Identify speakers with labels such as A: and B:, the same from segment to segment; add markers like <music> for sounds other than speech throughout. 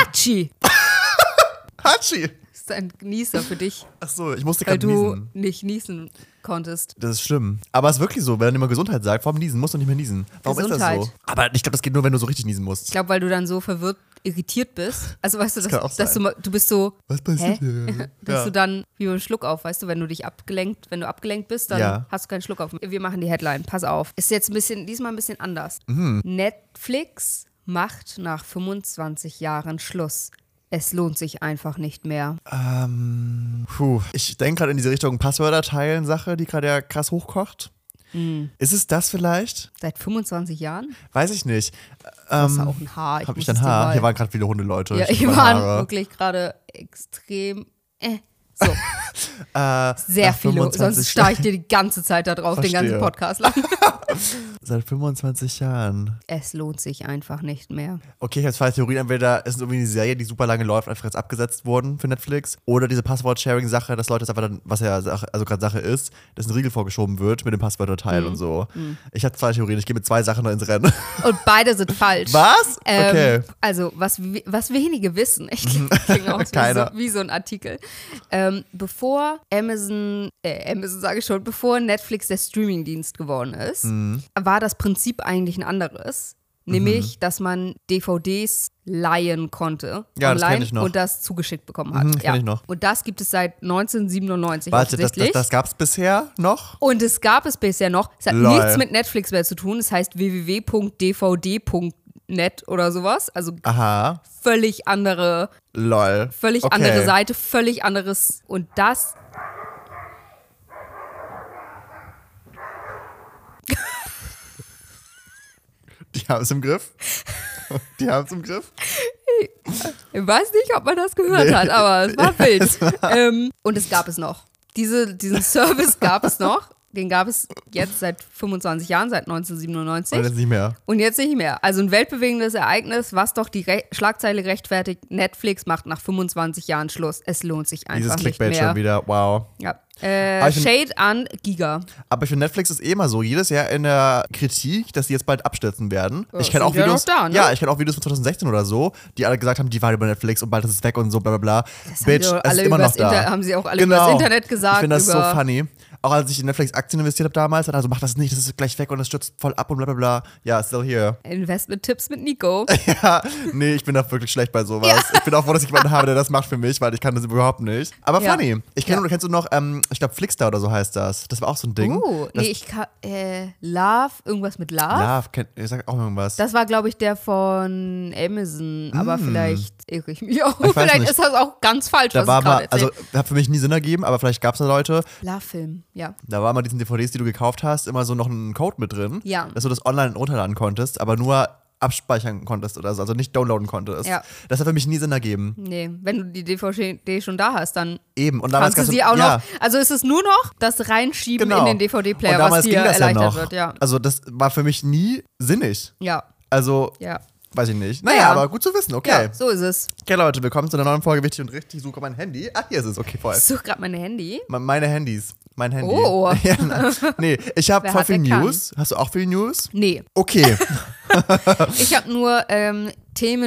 A: Hatschi.
B: Hatschi!
A: Das ist ein Nieser für
B: <laughs>
A: dich,
B: Achso, ich musste
A: weil
B: gerade
A: du
B: niesen.
A: nicht niesen konntest.
B: Das ist schlimm. Aber es ist wirklich so, wenn man immer Gesundheit sagt, warum niesen? Musst du nicht mehr niesen. Warum ist
A: Gesundheit.
B: das so? Aber ich glaube, das geht nur, wenn du so richtig niesen musst.
A: Ich glaube, weil du dann so verwirrt, irritiert bist. Also weißt du, dass,
B: kann auch
A: dass du,
B: sein.
A: mal- du bist so,
B: Was
A: hä?
B: passiert
A: <laughs>
B: hier?
A: dass
B: Ja.
A: du dann wie beim Schluckauf, weißt du, wenn du dich abgelenkt, wenn du abgelenkt bist, dann
B: Ja.
A: hast du keinen Schluckauf. mehr. Wir machen die Headline, pass auf. Ist jetzt ein bisschen, diesmal ein bisschen anders.
B: Mhm.
A: Netflix macht nach 25 Jahren Schluss. Es lohnt sich einfach nicht mehr.
B: Puh, ich denke gerade in diese Richtung Passwörter teilen Sache, die gerade ja krass hochkocht.
A: Mhm.
B: Ist es das vielleicht?
A: Seit 25 Jahren?
B: Weiß ich nicht. Ähm,
A: Das ist ja auch ein Haar.
B: Hab ich
A: muss
B: dann
A: es dir
B: Haar?
A: mal-
B: Hier waren gerade viele Hundeleute.
A: ja,
B: ich
A: hier
B: hab
A: waren
B: Haare.
A: wirklich gerade extrem. Äh.
B: <laughs>
A: So. Sehr
B: Äh, nach
A: viele.
B: 25
A: Sonst starre ich dir die ganze Zeit da drauf, den ganzen
B: Verstehe.
A: Podcast <laughs> lang.
B: Seit 25 Jahren.
A: Es lohnt sich einfach nicht mehr.
B: Okay, ich habe zwei Theorien. Entweder es ist irgendwie eine Serie, die super lange läuft, einfach jetzt abgesetzt wurden für Netflix. Oder diese Passwort-Sharing-Sache, dass Leute jetzt einfach dann, was ja Sache- also gerade Sache ist, dass ein Riegel vorgeschoben wird mit dem Passwörterteil
A: Mhm.
B: und so. Ich habe zwei Theorien. Ich gehe mit zwei Sachen noch ins Rennen. <laughs>
A: Und beide sind falsch.
B: Was?
A: Ähm,
B: Okay.
A: Also, was, we- was wenige wissen,
B: <laughs>
A: ich klinge auch
B: Keiner.
A: wie, so, wie so ein Artikel. Ähm, bevor Amazon, äh, Amazon sage ich schon, bevor Netflix der Streamingdienst geworden ist,
B: Mhm.
A: war das Prinzip eigentlich ein anderes. Nämlich, dass man DVDs leihen konnte
B: Ja, das kenn
A: online
B: ich noch.
A: und das zugeschickt bekommen hat.
B: Mhm, das kenn
A: ja.
B: ich noch.
A: Und das gibt es seit 1997
B: Warte, das, das,
A: offensichtlich.
B: das gab es bisher noch?
A: Und es gab es bisher noch. Es hat
B: Lol.
A: nichts mit Netflix mehr zu tun. Es heißt www.dvd.net oder sowas. Also
B: Aha.
A: völlig andere,
B: Lol.
A: völlig
B: okay.
A: andere Seite, völlig anderes. Und das.
B: Die haben es im
A: <laughs>
B: Griff. Die haben es im Griff.
A: Ich weiß nicht, ob man das gehört
B: Nee.
A: hat, aber es
B: <laughs>
A: war wild. ähm, und es gab es noch. Diese,
B: <laughs>
A: diesen Service gab es noch. Den gab es jetzt seit 25 Jahren, seit
B: Oder
A: 1997.
B: jetzt nicht mehr.
A: Und jetzt nicht mehr. Also ein weltbewegendes Ereignis, was doch die Re Schlagzeile rechtfertigt. Netflix macht nach 25 Jahren Schluss. Es lohnt sich einfach
B: Dieses
A: nicht
B: Clickbait
A: mehr.
B: schon wieder. Wow.
A: Ja.
B: Aber
A: Äh,
B: ich find-
A: Shade an Giga.
B: Aber für Netflix ist eh immer so, jedes Jahr in der Kritik, dass sie jetzt bald abstürzen werden.
A: Ja,
B: ich kenne
A: sind
B: auch
A: ja
B: Videos.
A: noch da, ne?
B: Ja, ich kenne auch Videos von 2016 oder so, die alle gesagt haben, die waren über Netflix und bald ist es weg und so, bla bla bla. Das
A: haben
B: Bitch,
A: sie doch
B: es
A: Also alle
B: ist immer noch
A: übers
B: da. Genau.
A: Inter- haben sie auch alle übers Internet gesagt,
B: Ich finde das so
A: über-
B: funny. Auch als ich in Netflix Aktien investiert habe damals, also mach das nicht, das ist gleich weg und das stürzt voll ab und bla bla bla. Ja, still here. <laughs>
A: Investment-Tipps mit Nico.
B: Ja, nee, ich bin da wirklich schlecht bei sowas. Ich bin auch froh, dass ich jemanden habe, der das macht für mich, weil ich kann das überhaupt nicht. Aber
A: Ja.
B: funny. Ich kenne,
A: Ja.
B: du kennst du noch, ähm, ich glaube, Flixstar oder so heißt das. Das war auch so ein Ding.
A: Oh,
B: das
A: nee, ich kann. Äh, Love, irgendwas mit Love?
B: Love, kennt, ich sag auch irgendwas.
A: Das war, glaube ich, der von Amazon, aber vielleicht irre ich mich auch.
B: Hm. Ich weiß
A: vielleicht
B: nicht.
A: ist das auch ganz falsch,
B: da
A: was
B: war
A: ich gerade
B: mal, also
A: erzähle.
B: hat für mich nie Sinn ergeben, aber vielleicht gab es da Leute,
A: Love-Film, ja.
B: da war mal diesen DVDs, die du gekauft hast, immer so noch ein Code mit drin,
A: Ja.
B: dass du das online runterladen konntest, aber nur abspeichern konntest oder so, also nicht downloaden konntest.
A: Ja.
B: Das hat für mich nie Sinn ergeben.
A: Nee, wenn du die DVD schon da hast, dann
B: Eben. Und damals
A: kannst du
B: gab's
A: sie
B: so-
A: auch
B: ja.
A: noch. Also ist es nur noch das Reinschieben
B: Genau.
A: in den
B: Und
A: DVD-Player,
B: damals
A: was dir
B: ging das ja
A: erleichtert
B: noch.
A: wird, ja.
B: Also das war für mich nie sinnig.
A: Ja,
B: Also,
A: ja.
B: weiß ich nicht. Naja,
A: Ja.
B: aber gut zu wissen, okay.
A: Ja, so ist es.
B: Okay, Leute, willkommen zu einer neuen Folge Wichtig und Richtig. Ich suche mein Handy. Ah, hier ist es, okay, voll.
A: Ich suche gerade mein Handy.
B: Me- Meine Handys. Mein Handy.
A: Oh.
B: <laughs> Ja, na- nee, ich habe
A: Wer
B: voll
A: hat,
B: viel
A: der kann.
B: News. Hast du auch viel News?
A: Nee,
B: Okay.
A: Ich habe nur ähm,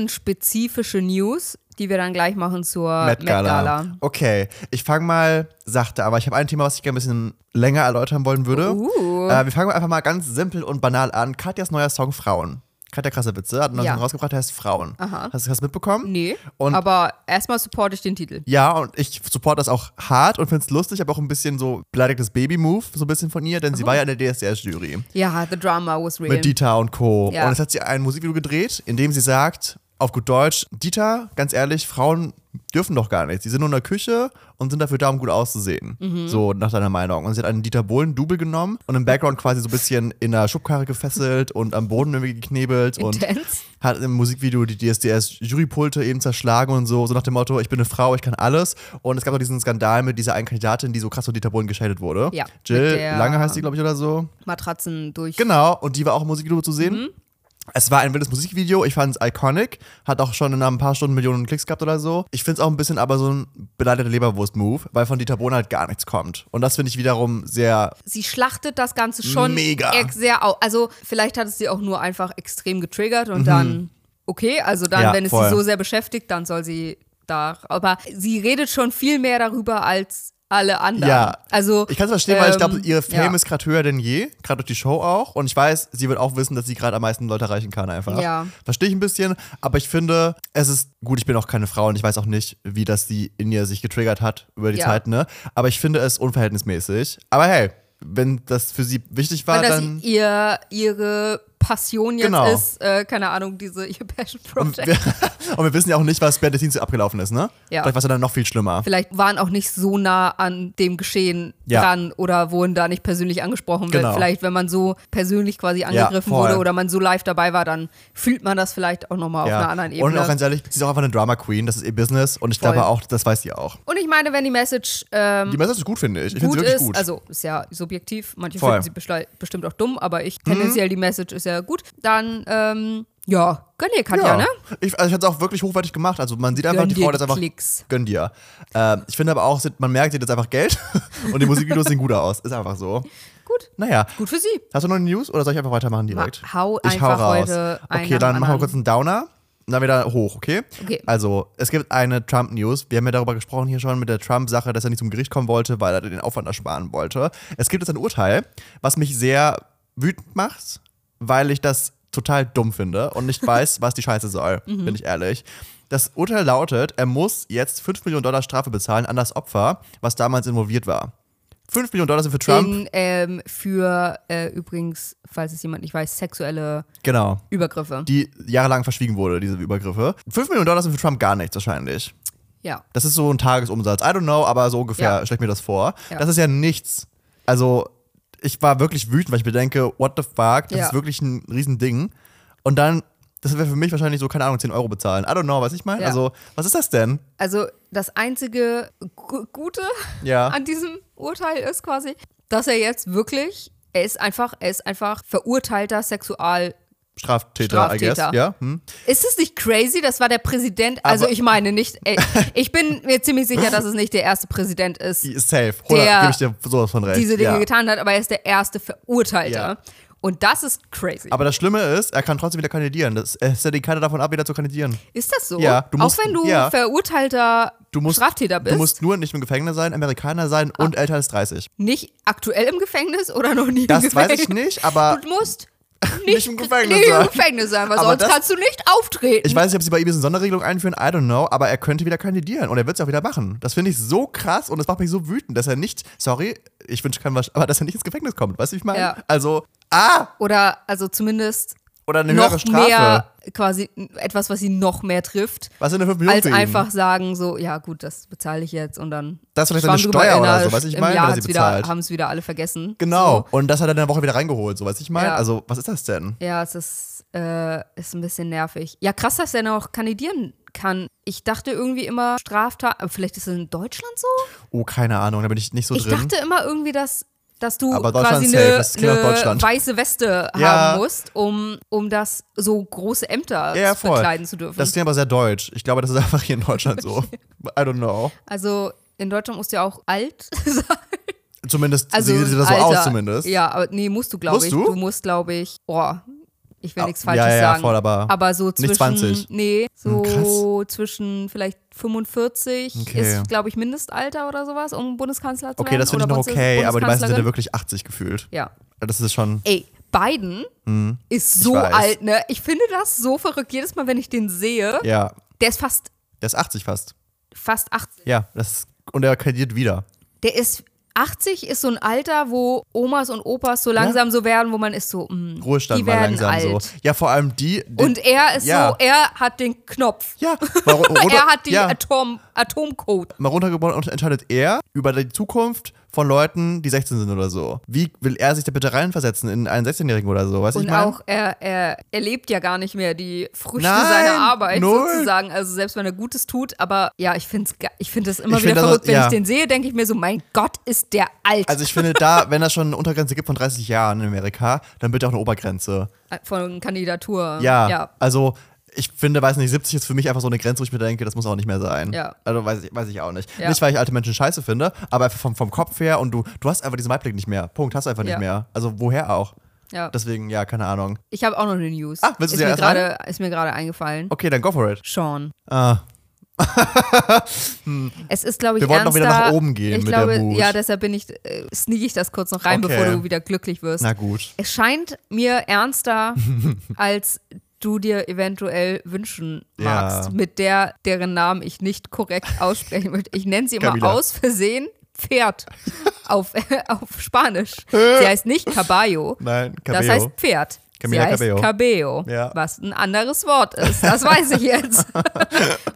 A: themenspezifische News, die wir dann gleich machen zur <laughs> Met Gala.
B: Okay, ich fange mal sachte, aber ich habe ein Thema, was ich gerne ein bisschen länger erläutern wollen würde.
A: Uh.
B: Äh, wir fangen einfach mal ganz simpel und banal an. Katjas neuer Song Frauen. Katja Krassewitze hat einen neuen
A: Ja.
B: Song rausgebracht, der heißt Frauen.
A: Aha.
B: Hast du das mitbekommen?
A: Nee,
B: Und-
A: aber erstmal supporte ich den Titel.
B: Ja, und ich support das auch hart und finde es lustig, aber auch ein bisschen so beleidigtes Baby-Move, so ein bisschen von ihr, denn sie war ja in der DSDS-Jury.
A: Ja, The Drama was real.
B: Mit Dieter und Co.
A: Ja.
B: Und jetzt hat sie ein Musikvideo gedreht, in dem sie sagt, auf gut Deutsch, Dieter, ganz ehrlich, Frauen dürfen doch gar nichts. Die sind nur in der Küche und sind dafür da, um gut auszusehen.
A: Mhm.
B: So, nach deiner Meinung. Und sie hat einen Dieter Bohlen-Double genommen und im Background quasi so ein bisschen in der Schubkarre gefesselt und am Boden irgendwie geknebelt und
A: Intens.
B: hat im Musikvideo die DSDS-Jurypulte eben zerschlagen und so, so nach dem Motto, ich bin eine Frau, ich kann alles. Und es gab auch diesen Skandal mit dieser einen Kandidatin, die so krass von Dieter Bohlen geschädigt wurde.
A: Ja, mit
B: Jill
A: der-
B: Lange heißt die, glaube ich, oder so.
A: Matratzen durch.
B: Genau, und die war auch im Musikvideo zu sehen. Es war ein wildes Musikvideo, ich fand es iconic, hat auch schon in ein paar Stunden Millionen Klicks gehabt oder so. Ich finde es auch ein bisschen aber so ein beleidigter Leberwurst-Move, weil von Dieter Bohlen halt gar nichts kommt. Und das finde ich wiederum sehr,
A: Sie schlachtet das Ganze schon
B: Mega.
A: ex- sehr au- Also vielleicht hat es sie auch nur einfach extrem getriggert und dann okay, also dann,
B: Mhm. Ja,
A: wenn es
B: voll.
A: sie so sehr beschäftigt, dann soll sie da. Aber sie redet schon viel mehr darüber als alle anderen.
B: Ja.
A: Also,
B: Ich kann es verstehen, weil ich glaube,
A: ähm,
B: ihre Fame
A: ja.
B: ist gerade höher denn je, gerade durch die Show auch. Und ich weiß, sie wird auch wissen, dass sie gerade am meisten Leute erreichen kann einfach.
A: Ja.
B: Verstehe ich ein bisschen, aber ich finde, es ist gut, ich bin auch keine Frau und ich weiß auch nicht, wie das sie in ihr sich getriggert hat über die
A: Ja.
B: Zeit, ne? Aber ich finde es unverhältnismäßig. Aber hey, wenn das für sie wichtig war,
A: Wenn das
B: dann.
A: ihr, ihre Passion jetzt
B: Genau.
A: ist, äh, keine Ahnung, diese ihr Passion Project.
B: und <laughs> wir wissen ja auch nicht, was während der Teens abgelaufen ist, ne?
A: Ja.
B: Vielleicht war es ja dann noch viel schlimmer.
A: Vielleicht waren auch nicht so nah an dem Geschehen
B: Ja.
A: dran oder wurden da nicht persönlich angesprochen. Weil
B: Genau.
A: Vielleicht, wenn man so persönlich quasi angegriffen
B: voll.
A: wurde oder man so live dabei war, dann fühlt man das vielleicht auch nochmal auf einer anderen
B: Und
A: Ebene.
B: auch ganz ehrlich, sie ist auch einfach eine Drama Queen, das ist ihr Business und ich
A: Voll.
B: glaube auch, das weiß sie auch.
A: Und ich meine, wenn die Message ähm,
B: Die Message ist gut, finde ich. Ich finde
A: gut
B: sie wirklich
A: ist,
B: gut.
A: also ist ja subjektiv, manche
B: Voll. Mhm.
A: finden sie beschle- bestimmt auch dumm, aber ich tendenziell die Message ist ja gut, dann ähm, ja, gönn ihr Katja, ne?
B: Ich, also ich hatte es auch wirklich hochwertig gemacht. Also man sieht einfach,
A: Gönn
B: die
A: dir
B: Frau
A: die
B: hat einfach.
A: Klicks.
B: Gönn dir. Ähm, ich finde aber auch, sie- man merkt, sie hat jetzt einfach Geld <laughs> und die Musikvideos sehen gut aus. Ist einfach so.
A: Gut,
B: Naja.
A: gut für sie.
B: Hast du noch eine News oder soll ich einfach weitermachen direkt?
A: Ma- hau einfach heute einen
B: Okay,
A: nach
B: dann
A: dem
B: machen wir
A: anderen.
B: kurz einen Downer. und Dann wieder hoch, okay?
A: Okay.
B: Also, es gibt eine Trump-News. Wir haben ja darüber gesprochen hier schon mit der Trump-Sache, dass er nicht zum Gericht kommen wollte, weil er den Aufwand ersparen wollte. Es gibt jetzt ein Urteil, was mich sehr wütend macht, weil ich das total dumm finde und
A: <laughs>
B: nicht weiß, was die Scheiße soll,
A: Mhm.
B: bin ich ehrlich. Das Urteil lautet, er muss jetzt 5 Millionen Dollar Strafe bezahlen an das Opfer, was damals involviert war. 5 Millionen Dollar sind für Trump.
A: In, ähm, für äh, übrigens, falls es jemand nicht weiß, sexuelle
B: genau.
A: Übergriffe.
B: die jahrelang verschwiegen wurde, diese Übergriffe. 5 Millionen Dollar sind für Trump gar nichts wahrscheinlich.
A: ja.
B: Das ist so ein Tagesumsatz. I don't know, aber so ungefähr
A: Ja.
B: stelle ich mir das vor.
A: Ja.
B: Das ist ja nichts. Also, ich war wirklich wütend, weil ich mir denke, what the fuck, das
A: Ja.
B: ist wirklich ein Riesending. Und dann, das wäre für mich wahrscheinlich so, keine Ahnung, 10 Euro bezahlen. I don't know, was ich meine.
A: Ja.
B: Also, was ist das denn?
A: Also das einzige Gu- Gute
B: Ja.
A: an diesem Urteil ist quasi, dass er jetzt wirklich, er ist einfach, er ist einfach verurteilter Sexual.
B: Straftäter, I guess.
A: Straftäter.
B: Ja? Hm?
A: Ist es nicht crazy? Das war der Präsident. Also
B: Aber-
A: ich meine nicht, ey, ich bin mir ziemlich sicher, dass es nicht der erste Präsident ist,
B: <laughs> Die ist safe. Oder
A: Der-
B: gebe ich dir sowas von recht.
A: diese Dinge
B: ja.
A: getan hat, aber er ist der erste Verurteilte.
B: Ja.
A: Und das ist crazy.
B: Aber das Schlimme ist, er kann trotzdem wieder kandidieren. Das, es hält ihn keiner davon ab, wieder zu kandidieren.
A: ist das so?
B: Ja, du musst-
A: Auch wenn du
B: ja.
A: verurteilter
B: Du musst,
A: Straftäter bist, Ah.
B: Du musst nur nicht im Gefängnis sein, Amerikaner sein und älter als 30.
A: nicht aktuell im Gefängnis oder noch nie im
B: Das
A: Gefängnis?
B: weiß ich nicht, aber
A: Du musst nicht,
B: <laughs> Nicht im Gefängnis
A: nicht
B: sein.
A: im Gefängnis sein, weil
B: Aber
A: sonst
B: das-
A: kannst du nicht auftreten.
B: ich weiß nicht, ob sie bei ihm jetzt eine Sonderregelung einführen, I don't know, aber er könnte wieder kandidieren und er wird es auch wieder machen. Das finde ich so krass und das macht mich so wütend, dass er nicht, sorry, ich wünsche keinem was, aber dass er nicht ins Gefängnis kommt, weißt du, wie ich meine?
A: Ja.
B: Also, ah,
A: Oder also zumindest
B: oder eine höhere
A: noch
B: Strafe.
A: mehr quasi n- etwas, was ihn noch mehr trifft,
B: was sind denn 5 Millionen
A: als
B: für ihn?
A: einfach sagen so, ja gut, das bezahle ich jetzt und dann
B: Das ist vielleicht
A: schwamm
B: eine
A: drüber,
B: Steuer
A: in
B: oder
A: einer-
B: so, was ich
A: im
B: meine,
A: Jahr
B: dass
A: hat's
B: sie bezahlt.
A: wieder, haben es wieder alle vergessen.
B: Genau, und das hat er dann eine Woche wieder reingeholt, so, weißt du, ich meine?
A: Ja.
B: Also, was ist das denn?
A: So. Ja, es ist, äh, ist ein bisschen nervig. Ja, krass, dass er noch kandidieren kann. Ich dachte irgendwie immer Straftat, aber vielleicht ist es in Deutschland so?
B: Oh, keine Ahnung, da bin ich nicht so
A: Ich
B: drin.
A: dachte immer irgendwie, dass, dass du
B: Aber
A: quasi
B: Deutschland safe,
A: eine,
B: das klingt nach Deutschland.
A: eine weiße Weste
B: Ja.
A: haben musst, um, um das so große Ämter
B: ja,
A: zu
B: voll.
A: bekleiden zu dürfen.
B: Das klingt aber sehr deutsch. Ich glaube, das ist <laughs> einfach hier in
A: <laughs>
B: Deutschland so. I don't know.
A: also in Deutschland musst du ja auch alt <laughs> sein.
B: Zumindest
A: Also
B: sieht das so
A: Alter.
B: aus, zumindest.
A: Ja, aber nee, musst du, glaube
B: Musst
A: ich.
B: du?
A: musst, glaube ich, boah, ich will
B: Ah,
A: nichts
B: ja,
A: Falsches
B: ja, ja,
A: sagen.
B: voll, aber
A: so zwischen,
B: nicht 20.
A: nee,
B: Hm,
A: so
B: krass.
A: zwischen vielleicht 45
B: Okay.
A: ist, glaube ich, Mindestalter oder sowas, um Bundeskanzler zu
B: Okay,
A: werden.
B: das finde ich
A: oder
B: noch
A: Bundes-
B: okay, aber die meisten sind ja
A: Bundeskanzlerin.
B: wirklich 80 gefühlt.
A: Ja.
B: Das ist schon.
A: ey, Biden ist so
B: Hm, weiß.
A: alt, ne? Ich finde das so verrückt. Jedes Mal, wenn ich den sehe,
B: Ja,
A: der ist fast,
B: der ist 80 fast.
A: fast 80.
B: Ja, das und er kandidiert wieder.
A: Der ist 80 ist so ein Alter, wo Omas und Opas so langsam so werden, wo man ist so, mh,
B: Ruhestand
A: die
B: mal
A: werden
B: langsam
A: alt.
B: so. Ja, vor allem die. die
A: Und er ist
B: Ja.
A: so, er hat den Knopf.
B: ja, mal, ru- runter,
A: <laughs> er hat die
B: ja,
A: Atom, Atomcode.
B: mal runtergebrochen und entscheidet er über die Zukunft von Leuten, die 16 sind oder so. Wie will er sich da bitte reinversetzen in einen 16-Jährigen oder so? Weißt du, ich
A: Und
B: meine?
A: auch, er, er erlebt ja gar nicht mehr die Früchte
B: Nein,
A: seiner Arbeit
B: null.
A: sozusagen. Also selbst wenn er Gutes tut, aber ja, ich finde ich find das immer
B: Ich
A: wieder
B: find das-
A: verrückt. Wenn
B: ja.
A: ich den sehe, denke ich mir so, mein Gott, ist der alt.
B: Also ich finde da, wenn das schon eine Untergrenze gibt von 30 Jahren in Amerika, dann bitte auch eine Obergrenze.
A: von Kandidatur.
B: Ja,
A: ja.
B: also ich finde, weiß nicht, 70 ist für mich einfach so eine Grenze, wo ich mir denke, das muss auch nicht mehr sein.
A: Ja.
B: Also weiß ich, weiß ich auch nicht.
A: Ja.
B: Nicht, weil ich alte Menschen scheiße finde, aber einfach vom, vom Kopf her und du, du hast einfach diesen Weitblick nicht mehr. Punkt, hast du einfach
A: Ja.
B: nicht mehr. Also woher auch?
A: Ja.
B: Deswegen, ja, keine Ahnung.
A: Ich habe auch noch eine News.
B: Ah, willst du
A: ist,
B: sie
A: mir
B: erst
A: gerade, ist mir gerade eingefallen.
B: Okay, dann go for it.
A: Sean. <laughs>
B: Ah, Hm.
A: Es ist, glaube ich,
B: Wir wollten doch
A: ernster.
B: wieder nach oben gehen
A: Ich
B: mit
A: glaube,
B: der Mut.
A: ja, deshalb bin ich, äh, sneak ich das kurz noch rein,
B: Okay.
A: bevor du wieder glücklich wirst.
B: na gut.
A: Es scheint mir
B: <laughs>
A: ernster, als du dir eventuell wünschen
B: Ja.
A: magst, mit der, deren Namen ich nicht korrekt aussprechen möchte. Ich nenne sie immer
B: Camila.
A: aus Versehen Pferd auf, <laughs> auf
B: <laughs>
A: Spanisch. Sie heißt nicht Caballo.
B: Nein, Cabello.
A: Das heißt Pferd.
B: Camila
A: sie heißt
B: Cabello.
A: Cabello,
B: Ja.
A: was ein anderes Wort ist. Das weiß ich
B: <laughs>
A: jetzt.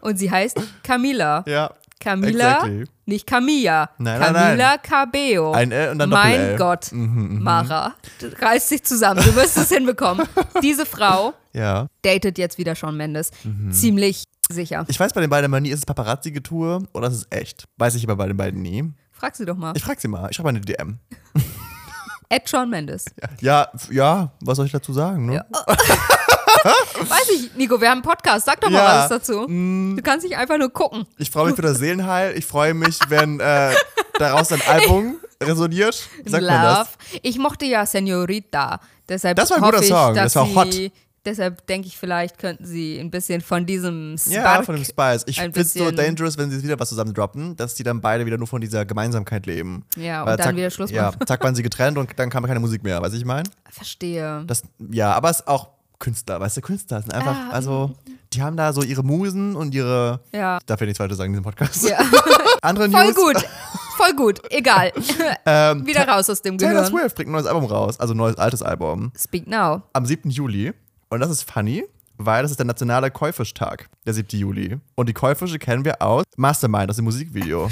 A: Und sie heißt Camila.
B: ja.
A: Camila,
B: Exactly.
A: nicht Camilla.
B: Nein, nein,
A: Camila Cabello.
B: Ein L Mhm, und dann
A: mein
B: Doppel-L.
A: Gott, Mara, du reißt dich zusammen. Du wirst es hinbekommen. Diese Frau
B: Ja.
A: datet jetzt wieder Sean Mendes.
B: Mhm.
A: Ziemlich sicher.
B: Ich weiß bei den beiden immer nie, ist es Paparazzi-Getue oder ist es echt? Weiß ich aber bei den beiden nie.
A: Frag sie doch mal.
B: Ich frag sie mal. Ich schreibe eine DM.
A: Ed Sean Mendes.
B: Ja, f- ja, was soll ich dazu sagen, ne?
A: Weiß ich, Nico, wir haben einen Podcast. Sag doch
B: Ja. Mm.
A: mal was dazu. Du kannst nicht einfach nur gucken.
B: Ich freue mich für das Seelenheil. Ich freue mich, wenn äh, daraus ein Album resoniert. Wie Sagt
A: Love.
B: man das?
A: Ich mochte ja Senorita. Deshalb
B: Das war ein
A: hoffe
B: guter
A: ich,
B: Song.
A: Dass
B: Das war hot.
A: Sie, deshalb denke ich, vielleicht könnten sie ein bisschen von diesem Spark
B: Ja, von dem Spice. Ich
A: ein
B: finde es so
A: bisschen-
B: dangerous, wenn sie wieder was zusammen droppen, dass die dann beide wieder nur von dieser Gemeinsamkeit leben.
A: Ja, und
B: Weil
A: dann
B: zack-
A: wieder Schluss
B: Ja,
A: machen.
B: zack waren sie getrennt und dann kam keine Musik mehr, weißt du, ich meine?
A: Verstehe.
B: Das, ja, aber es ist auch Künstler, weißt du, Künstler sind einfach,
A: Ah,
B: also, die haben da so ihre Musen und ihre,
A: Ja.
B: ich darf ja nichts weiter sagen in diesem Podcast.
A: Ja.
B: <laughs> Andere
A: Voll
B: News,
A: gut. Voll gut. Egal.
B: <laughs>
A: <laughs>
B: Ähm,
A: Wieder raus aus dem
B: Taylor
A: Gehirn.
B: Swift bringt ein neues Album raus, also ein neues altes Album,
A: Speak now. <laughs>
B: am 7. Juli. Und das ist funny, weil das ist der nationale Käufischtag, der 7. Juli. Und die Käufische kennen wir aus Mastermind, aus dem Musikvideo.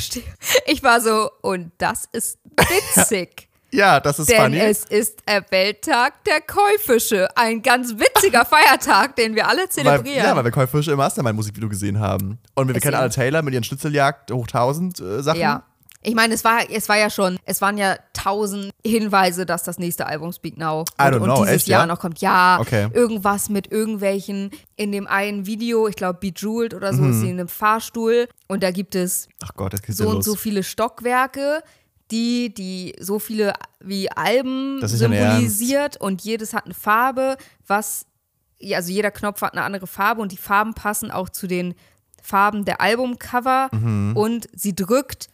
A: Ich war so, und das ist witzig.
B: Ja, das <laughs> ist
A: Denn
B: funny.
A: es ist der Welttag der Käufische. Ein ganz
B: <laughs>
A: witziger Feiertag, den wir alle
B: weil,
A: zelebrieren.
B: ja, weil wir Käufische im Mastermind-Musikvideo gesehen haben. Und wir, wir kennen alle Taylor mit ihren Schnitzeljagd hoch 1000 äh, Sachen.
A: Ja. Ich meine, es war, es war ja schon, es waren ja tausend Hinweise, dass das nächste Album Speak Now
B: I
A: und,
B: don't
A: und
B: know,
A: dieses
B: echt,
A: Jahr
B: ja?
A: noch kommt. Ja,
B: Okay.
A: irgendwas mit irgendwelchen in dem einen Video, ich glaube Bejeweled oder
B: Mhm.
A: so, ist sie in einem Fahrstuhl und da gibt es
B: Ach Gott, das geht
A: so
B: ja
A: und
B: los.
A: so viele Stockwerke, die, die so viele wie Alben
B: Das ist ja nicht
A: symbolisiert und jedes hat eine Farbe, was, ja, also jeder Knopf hat eine andere Farbe und die Farben passen auch zu den Farben der Albumcover
B: Mhm.
A: und sie drückt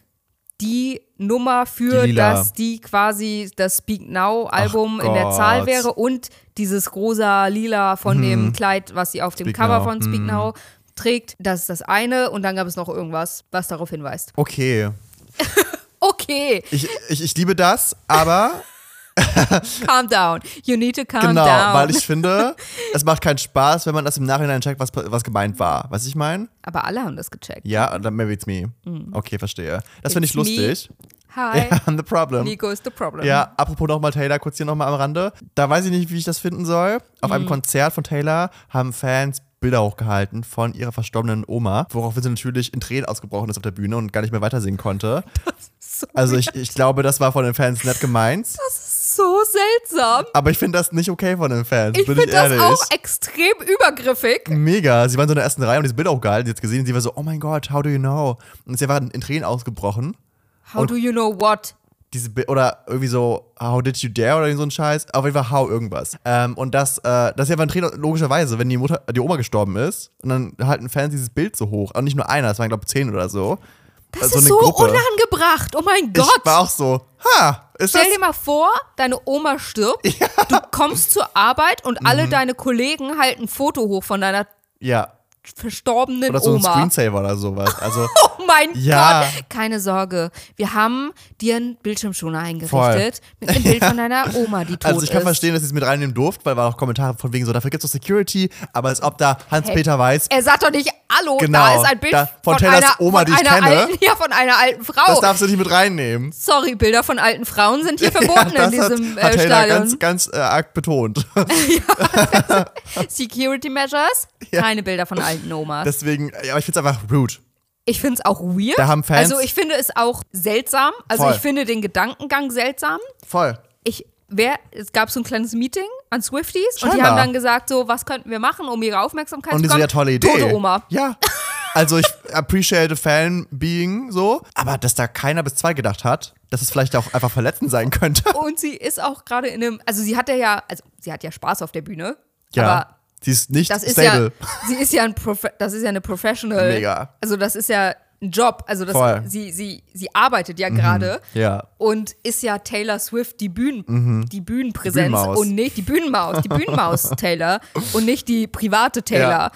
A: die Nummer für
B: Die lila.
A: das, die quasi das Speak Now Album
B: Ach
A: in der Zahl
B: Gott. Mhm.
A: wäre und dieses rosa lila von dem Kleid, was sie auf dem
B: Speak
A: Cover
B: Now, Mhm.
A: von Speak Now trägt, das ist das eine und dann gab es noch irgendwas, was darauf hinweist.
B: Okay,
A: Okay,
B: ich, ich, ich liebe das,
A: <laughs>
B: aber
A: calm down. You need to calm
B: genau,
A: down.
B: weil ich finde, es macht keinen Spaß, wenn man das im Nachhinein checkt, was, was gemeint war. Was ich meine?
A: Aber alle haben das gecheckt.
B: Ja, dann maybe it's me. Okay, verstehe. Das finde ich
A: Mhm. It's me.
B: lustig.
A: Hi,
B: Ja, <laughs> I'm the problem.
A: Nico is the problem.
B: Ja, apropos nochmal Taylor, kurz hier nochmal am Rande. Da weiß ich nicht, wie ich das finden soll. Auf
A: Mhm.
B: einem Konzert von Taylor haben Fans Bilder hochgehalten von ihrer verstorbenen Oma, woraufhin sie natürlich in Tränen ausgebrochen ist auf der Bühne und gar nicht mehr
A: <laughs>
B: weitersingen konnte.
A: So,
B: Also ich, ich glaube, das war von den Fans nett gemeint.
A: so seltsam.
B: Aber ich finde das nicht okay von den Fans,
A: Ich
B: bin
A: finde
B: ich
A: das
B: ehrlich.
A: auch extrem übergriffig.
B: Mega. Sie waren so in der ersten Reihe und diese Bilder hochgehalten, sie hat gesehen, sie war so, oh mein Gott, how do you know? Und sie waren in Tränen ausgebrochen.
A: How do you know what?
B: diese Bi- oder irgendwie so How did you dare oder irgend so ein Scheiß, auf jeden Fall How irgendwas. Ähm, und das, äh, das ist ja ein Trainer logischerweise, wenn die Mutter, die Oma gestorben ist und dann halten Fans dieses Bild so hoch, und nicht nur einer, es waren glaube ich zehn oder so.
A: Das ist so unangebracht. Oh mein Gott.
B: Ich war auch so, ha, ist das?
A: Stell dir mal vor, deine Oma stirbt, du kommst zur Arbeit und alle
B: Mhm.
A: deine Kollegen halten ein Foto hoch von deiner
B: Ja.
A: verstorbenen
B: Oder so ein
A: Oma.
B: Screensaver oder sowas. Also
A: <laughs> Oh mein
B: Ja.
A: Gott! Keine Sorge, wir haben dir einen Bildschirmschoner eingerichtet mit dem Bild von deiner Oma, die tot
B: Also ich kann
A: ist.
B: verstehen, dass sie es mit reinnehmen durfte, weil war auch Kommentare von wegen so, dafür gibt es doch Security, aber als ob da Hans-Peter Weiß,
A: Er sagt doch nicht, hallo, da
B: Genau,
A: ist ein Bild
B: da-
A: von,
B: von Taylors
A: einer,
B: Oma,
A: von
B: die ich
A: einer
B: kenne.
A: Alten, <laughs> ja, von einer alten
B: das
A: Frau.
B: darfst du nicht mit reinnehmen.
A: Sorry, Bilder von alten Frauen sind
B: <laughs>
A: hier verboten
B: das
A: in diesem
B: hat, hat
A: äh,
B: Taylor
A: Stadion.
B: ganz, ganz äh, arg betont. <laughs>
A: Security Measures,
B: <laughs>
A: keine Bilder von alten Omas.
B: Deswegen, ja, aber ich finde es einfach rude.
A: Ich finde es auch weird.
B: Da haben Fans-
A: also ich finde es auch seltsam. Also
B: Voll.
A: ich finde den Gedankengang seltsam.
B: Voll.
A: Ich, wer, es gab so ein kleines Meeting an Swifties und die
B: Scheinbar.
A: haben dann gesagt, so, was könnten wir machen, um ihre Aufmerksamkeit
B: Und
A: zu
B: die so,
A: bekommen?
B: ja, tolle Idee.
A: Tote Oma.
B: Ja. Also ich appreciate Fan being so, aber dass da keiner bis zwei gedacht hat, dass es vielleicht auch einfach verletzend sein könnte. <laughs>
A: Und sie ist auch gerade in einem, also sie hatte ja, also sie hat ja Spaß auf der Bühne, aber
B: Ja. Sie ist nicht
A: das ist
B: stable.
A: ja, <laughs> sie ist ja ein Profe das ist ja eine Professional.
B: Mega.
A: Also das ist ja ein Job, also
B: Voll. Mhm.
A: das, sie, sie, sie arbeitet ja gerade
B: Ja. Mhm.
A: und ist ja Taylor Swift die Bühnen, die Bühnenpräsenz
B: Bühnenmaus.
A: und nicht die Bühnenmaus, die
B: <laughs>
A: Bühnenmaus Taylor und nicht die private Taylor.
B: Ja.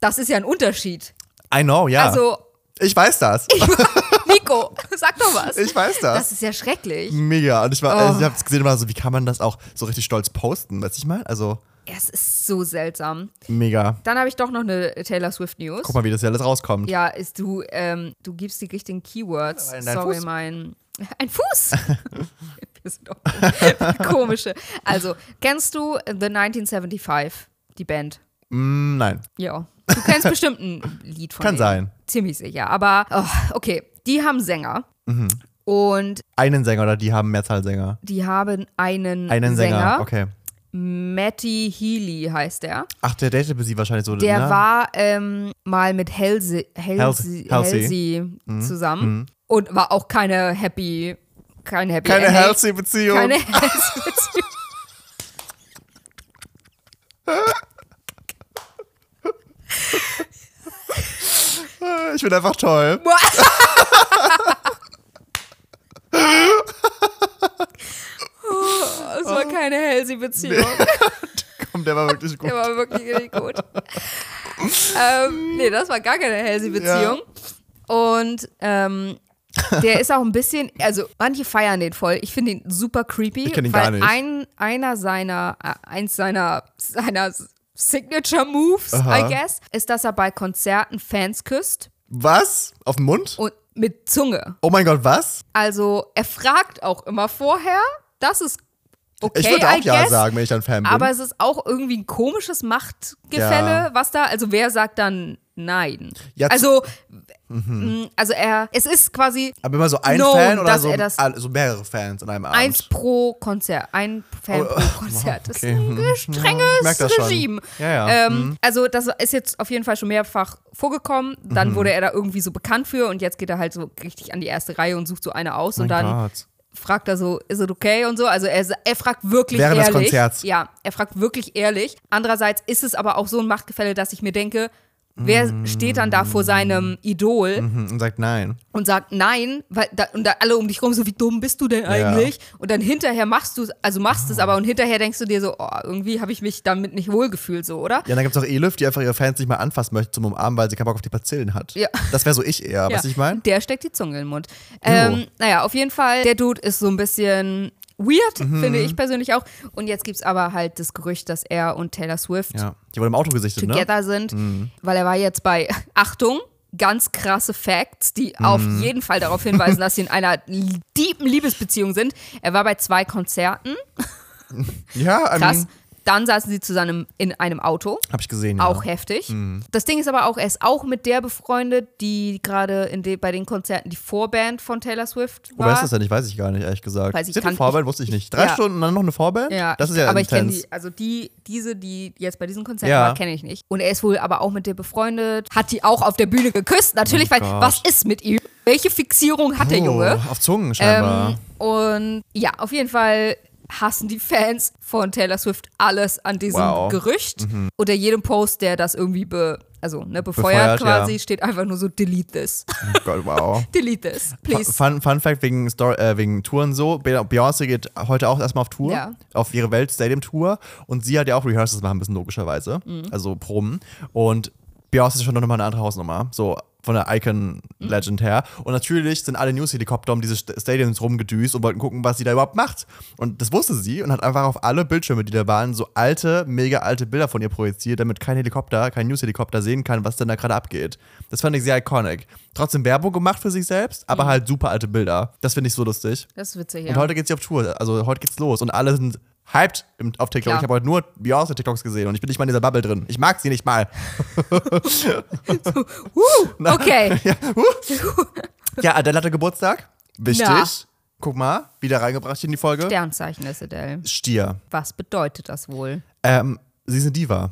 A: Das ist ja ein Unterschied.
B: I know, ja.
A: Also
B: ich weiß das. <laughs>
A: Nico, sag doch was.
B: Ich weiß das.
A: Das ist ja schrecklich.
B: Mega. Und ich war, also
A: Oh.
B: ich hab's gesehen, war so, wie kann man das auch so richtig stolz posten, weißt du, ich meine? Also,
A: Es ist so seltsam.
B: mega.
A: Dann habe ich doch noch eine Taylor Swift News.
B: Guck mal, wie das ja alles rauskommt.
A: Ja, ist du, ähm, du gibst die richtigen Keywords.
B: Ein- ein
A: Sorry,
B: Fuß. mein- <laughs>
A: mein. Ein Fuß! <laughs> Wir sind auch <laughs> komische. Also, kennst du The 1975, die Band?
B: Mm, nein.
A: Ja. Du kennst bestimmt ein Lied von
B: Kann
A: denen.
B: sein.
A: Ziemlich sicher. Aber, oh, okay, die haben Sänger.
B: Mhm.
A: Und
B: Einen Sänger oder die haben Mehrzahl Sänger.
A: die haben einen,
B: Einen Sänger,
A: Sänger.
B: okay.
A: Matty Healy heißt er.
B: Ach, der datet sie wahrscheinlich so.
A: Der
B: ne?
A: war ähm, mal mit Halsey, Halsey,
B: Halsey. Mhm.
A: Halsey zusammen und war auch keine happy, kein happy
B: Keine
A: Ending.
B: healthy Beziehung. <laughs>
A: Keine <laughs> Halsey.
B: Äh, Ich bin einfach toll.
A: Oh, Es war keine Halsey Beziehung.
B: Komm, der war wirklich gut.
A: Der war wirklich richtig gut. ähm, nee, das war gar keine Halsey Beziehung. Und ähm, der ist auch ein bisschen, also manche feiern den voll. Ich finde ihn super creepy,
B: Ich kenn ihn
A: weil
B: gar nicht.
A: ein einer seiner äh, eins seiner seiner Signature Moves,
B: Aha.
A: I guess, ist, dass er bei Konzerten Fans küsst
B: Was? Auf den Mund?
A: und mit Zunge.
B: Oh mein Gott, was?
A: Also er fragt auch immer vorher, das ist okay,
B: Ich würde auch
A: I
B: ja
A: guess,
B: sagen, wenn ich ein Fan bin.
A: aber es ist auch irgendwie ein komisches Machtgefälle,
B: Ja.
A: was da, also wer sagt dann nein?
B: Ja, zu-
A: also, mh,
B: Mhm.
A: also er, es ist quasi
B: Aber immer so ein
A: No,
B: Fan oder
A: dass
B: so,
A: er das-
B: all- so mehrere Fans in einem Abend.
A: eins pro Konzert, ein Fan
B: Oh,
A: pro Konzert. Das
B: okay.
A: ist ein ge-
B: ich merk
A: strenges
B: das schon.
A: Regime.
B: Ja, ja. Mhm.
A: Ähm, Also das ist jetzt auf jeden Fall schon mehrfach vorgekommen.
B: Mhm.
A: Dann wurde er da irgendwie so bekannt für und jetzt geht er halt so richtig an die erste Reihe und sucht so eine aus und
B: Mein
A: dann
B: Gott.
A: fragt er so, ist es okay und so. Also er, er fragt wirklich
B: Während des
A: ehrlich.
B: Konzerts.
A: Ja, er fragt wirklich ehrlich. Andererseits ist es aber auch so ein Machtgefälle, dass ich mir denke, wer steht dann da vor seinem Idol
B: Mhm, Und sagt nein.
A: und sagt nein, weil da, und da alle um dich rum so, wie dumm bist du denn eigentlich? Und dann hinterher machst du also machst es aber und hinterher denkst du dir so, oh, irgendwie habe ich mich damit nicht wohlgefühlt so, oder?
B: Ja, dann gibt es auch Elif, die einfach ihre Fans nicht mal anfassen möchte zum Umarmen, weil sie keinen Bock auf die Bazillen hat.
A: Ja.
B: Das wäre so ich eher, weißt du, ich meine?
A: Der steckt die Zunge in den Mund. Ähm, naja, auf jeden Fall, der Dude ist so ein bisschen weird,
B: Mhm.
A: finde ich persönlich auch. Und jetzt gibt es aber halt das Gerücht, dass er und Taylor Swift
B: Ja. Die wurde im Auto gesichtet, ne?
A: together sind, weil er war jetzt bei, <laughs> Achtung, ganz krasse Facts, die auf
B: Mhm.
A: jeden Fall darauf hinweisen, dass sie in einer li- tiefen Liebesbeziehung sind. Er war bei zwei Konzerten,
B: Ja, I
A: krass.
B: mean,
A: Dann saßen sie zusammen in einem Auto.
B: hab ich gesehen.
A: Auch
B: ja. Mhm.
A: heftig. Das Ding ist aber auch, er ist auch mit der befreundet, die gerade in de bei den Konzerten die Vorband von Taylor Swift
B: Wo Oh, weißt
A: war.
B: du das denn? Ich weiß ich gar nicht, ehrlich gesagt.
A: Weiß ich-
B: Sie hat eine
A: kann-
B: Vorband,
A: ich-
B: wusste ich
A: ich-
B: nicht. Drei
A: ja.
B: Stunden und dann noch eine Vorband?
A: Ja,
B: Das ist ja
A: aber ich kenne
B: intens.
A: die, also die, diese, die jetzt bei diesen Konzerten
B: Ja.
A: war, kenne ich nicht. Und er ist wohl aber auch mit dir befreundet, hat die auch auf der Bühne geküsst, natürlich, weil
B: Oh Gott.
A: was ist mit ihm? Welche Fixierung hat der Junge?
B: Oh, auf Zungen scheinbar.
A: Ähm, und ja, auf jeden Fall hassen die Fans von Taylor Swift alles an diesem
B: Wow. Mhm.
A: Gerücht. Unter jedem Post, der das irgendwie be, also, ne, befeuert,
B: Befeuert,
A: quasi,
B: ja.
A: steht einfach nur so, delete this. <laughs>
B: Oh Gott, wow.
A: delete this, please.
B: Fun, Fun Fact wegen, Story, äh, wegen Touren so: Be- Beyoncé geht heute auch erstmal auf Tour,
A: Ja.
B: auf ihre Welt-Stadium-Tour. Und sie hat ja auch Rehearsals machen müssen, logischerweise. Also Proben. Und Beyoncé ist schon nochmal eine andere Hausnummer. So von der Icon-Legend her. Und natürlich sind alle News-Helikopter um diese St- Stadiums rumgedüst und wollten gucken, was sie da überhaupt macht. Und das wusste sie und hat einfach auf alle Bildschirme, die da waren, so alte, mega alte Bilder von ihr projiziert, damit kein Helikopter, kein News-Helikopter sehen kann, was denn da gerade abgeht. Das fand ich sehr iconic. Trotzdem Werbung gemacht für sich selbst, aber halt super alte Bilder. Das finde ich so lustig.
A: Das ist witzig,
B: Und
A: ja.
B: heute geht's hier auf Tour. Also heute geht's los. Und alle sind hyped im, auf TikTok.
A: Klar.
B: Ich habe heute nur Beyoncé-TikToks gesehen und ich bin nicht mal in dieser Bubble drin. Ich mag sie nicht mal.
A: <laughs>
B: <laughs>
A: Huh, okay.
B: Ja, huh. ja Adele hatte Geburtstag. Wichtig.
A: Na.
B: Guck mal, wieder reingebracht in die Folge.
A: Sternzeichen ist Adele.
B: Stier.
A: Was bedeutet das wohl? <laughs>
B: Ähm, sie ist eine Diva.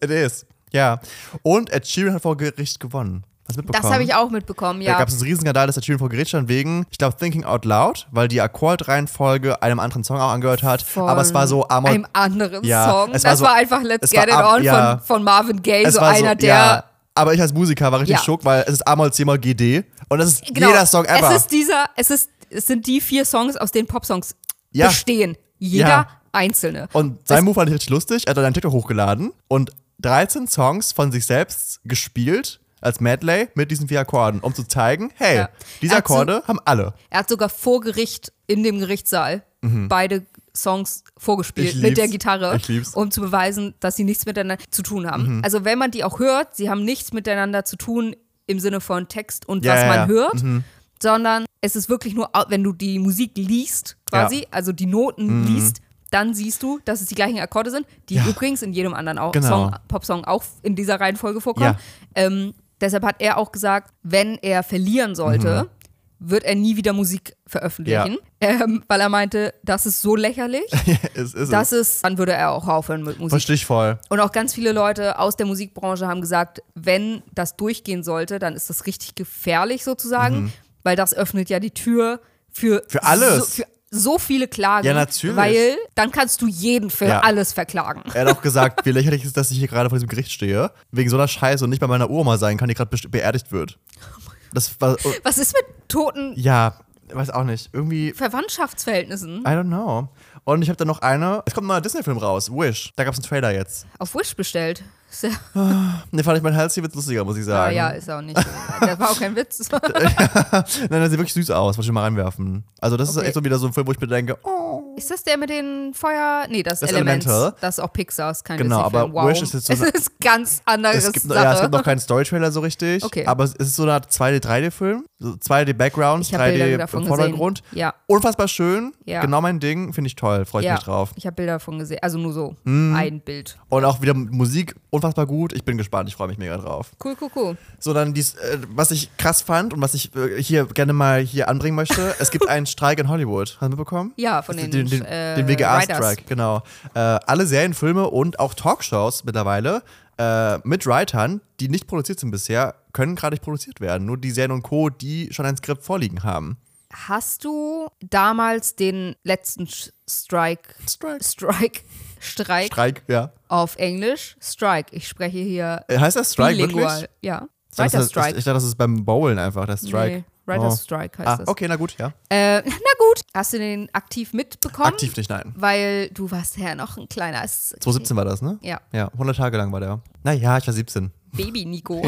B: It is. Ja. Und Ed Sheeran hat vor Gericht gewonnen. Hast du mitbekommen?
A: Das habe ich auch mitbekommen,
B: Da
A: ja.
B: gab es einen Riesenskandal, dass der Tyrion vor Gericht stand wegen, ich glaube, Thinking Out Loud, weil die Akkordreihenfolge einem anderen Song auch angehört hat.
A: Von
B: Aber es war so Amor.
A: einem anderen
B: Ja,
A: Song.
B: es
A: Das
B: war
A: war,
B: so-
A: einfach Let's
B: es war
A: Get It
B: ab-
A: On
B: ja.
A: von, von Marvin Gaye,
B: es
A: so
B: war
A: Also einer, der.
B: Ja, aber ich als Musiker war richtig
A: Ja. Genau.
B: schock, weil es ist Amol, C-Moll, GD. Und das ist jeder Song ever.
A: Es ist dieser, es ist, es sind die vier Songs, aus denen Popsongs
B: Ja.
A: bestehen. Jeder
B: Ja.
A: einzelne.
B: und sein Move fand ich richtig lustig. Er hat dann einen TikTok hochgeladen und 13 Songs von sich selbst gespielt als Medley mit diesen vier Akkorden, um zu zeigen, hey,
A: Ja.
B: diese
A: Er hat so-
B: Akkorde haben alle. <laughs>
A: Er hat sogar vor Gericht in dem Gerichtssaal beide Songs
B: Mhm. Ich
A: vorgespielt
B: lieb's.
A: mit der Gitarre,
B: Ich lieb's. Mhm.
A: um zu beweisen, dass sie nichts miteinander zu tun haben. Also wenn man die auch hört, sie haben nichts miteinander zu tun im Sinne von Text und
B: Ja,
A: was
B: ja,
A: man
B: ja. Mhm.
A: hört, sondern es ist wirklich nur, au- wenn du die Musik liest, quasi, also die Noten liest, dann siehst du, dass es die gleichen Akkorde sind, die
B: Mhm. Ja.
A: übrigens in jedem anderen auch
B: Genau.
A: Song, Popsong auch in dieser Reihenfolge vorkommen. Ähm, deshalb hat er auch gesagt, wenn er verlieren sollte,
B: Mhm.
A: wird er nie wieder Musik veröffentlichen, ähm, weil er meinte, das ist so lächerlich,
B: es ist
A: dass es, dann würde er auch aufhören mit
B: es.
A: Musik.
B: Verstehe ich voll.
A: Und auch ganz viele Leute aus der Musikbranche haben gesagt, wenn das durchgehen sollte, dann ist das richtig gefährlich sozusagen, weil das öffnet ja die Tür für,
B: Mhm. Für alles.
A: So, für so viele Klagen.
B: Ja, natürlich.
A: Weil dann kannst du jeden für
B: Ja.
A: alles verklagen.
B: Er hat auch gesagt, wie lächerlich es ist, dass ich hier gerade vor diesem Gericht stehe, wegen so einer Scheiße und nicht bei meiner Oma sein kann, die gerade best- beerdigt wird. Das war, oh,
A: Was ist mit toten
B: ja, weiß auch nicht. Irgendwie,
A: Verwandtschaftsverhältnissen?
B: I don't know. Und ich habe dann noch eine, es kommt ein neuer Disney-Film raus, Wish. Da gab es einen Trailer jetzt.
A: Auf Wish bestellt. Ist ja-
B: Ne, fand ich mein Hals, hier wird's lustiger, muss ich
A: Ah
B: sagen.
A: ja, ist auch nicht. Das war auch kein
B: <laughs>
A: Witz.
B: Nein, das sieht wirklich süß aus, wollte ich schon mal reinwerfen. Also das ist
A: Okay.
B: echt so wieder so ein Film, wo ich mir denke, oh.
A: Ist das der mit den Feuer. Nee, das,
B: Das
A: ist Elements.
B: Elemental.
A: Das ist auch Pixar, ist kein
B: Genau,
A: Disney-Film.
B: aber
A: wow.
B: Wish ist jetzt so
A: Es
B: eine-
A: ist ganz anderes
B: Es gibt, noch-
A: Sache.
B: ja, es gibt noch keinen Story-Trailer so richtig,
A: Okay.
B: aber es ist so eine Art 2D, 3D-Film. So 2D-Background,
A: ich habe Bilder
B: 3D
A: davon
B: im
A: gesehen.
B: Vordergrund.
A: Ja.
B: Unfassbar schön,
A: Ja.
B: genau mein Ding, finde ich toll, freue ich
A: ja.
B: mich drauf. Mhm.
A: Ich habe Bilder davon gesehen. Also nur so ein Bild.
B: Und auch wieder Musik unfassbar gut. Ich bin gespannt, ich freue mich mega drauf.
A: Cool, cool, cool.
B: So, dann dies, äh, was ich krass fand und was ich äh, hier gerne mal hier anbringen möchte:
A: <laughs>
B: Es gibt einen Streik in Hollywood. Hast du mitbekommen?
A: Ja, von den,
B: den, den,
A: äh,
B: den WGA-Strike,
A: Writers.
B: genau. Äh, alle Serien, Filme und auch Talkshows mittlerweile äh, mit Writern, die nicht produziert sind bisher, können gerade nicht produziert werden. Nur die Serien und Co., die schon ein Skript vorliegen haben.
A: Hast du damals den letzten Sch- Strike,
B: Strike.
A: Strike, Strike
B: Streik, ja.
A: auf Englisch? Strike. Ich spreche hier
B: Äh, Heißt das Strike
A: bilingual.
B: wirklich?
A: Ja.
B: Ich dachte,
A: Writer
B: das-
A: Strike.
B: Ich, ich dachte, das ist beim Bowlen einfach, der Strike.
A: Nee, Writer's
B: Oh.
A: Strike heißt
B: Ah,
A: das.
B: okay, na gut, ja.
A: Äh, na gut, hast du den aktiv mitbekommen?
B: Aktiv nicht, nein.
A: Weil du warst ja noch ein kleiner S-
B: 2017 war das, ne?
A: Ja.
B: Ja, 100 Tage lang war der. Naja, ich war 17.
A: Baby
B: <laughs>
A: Nico.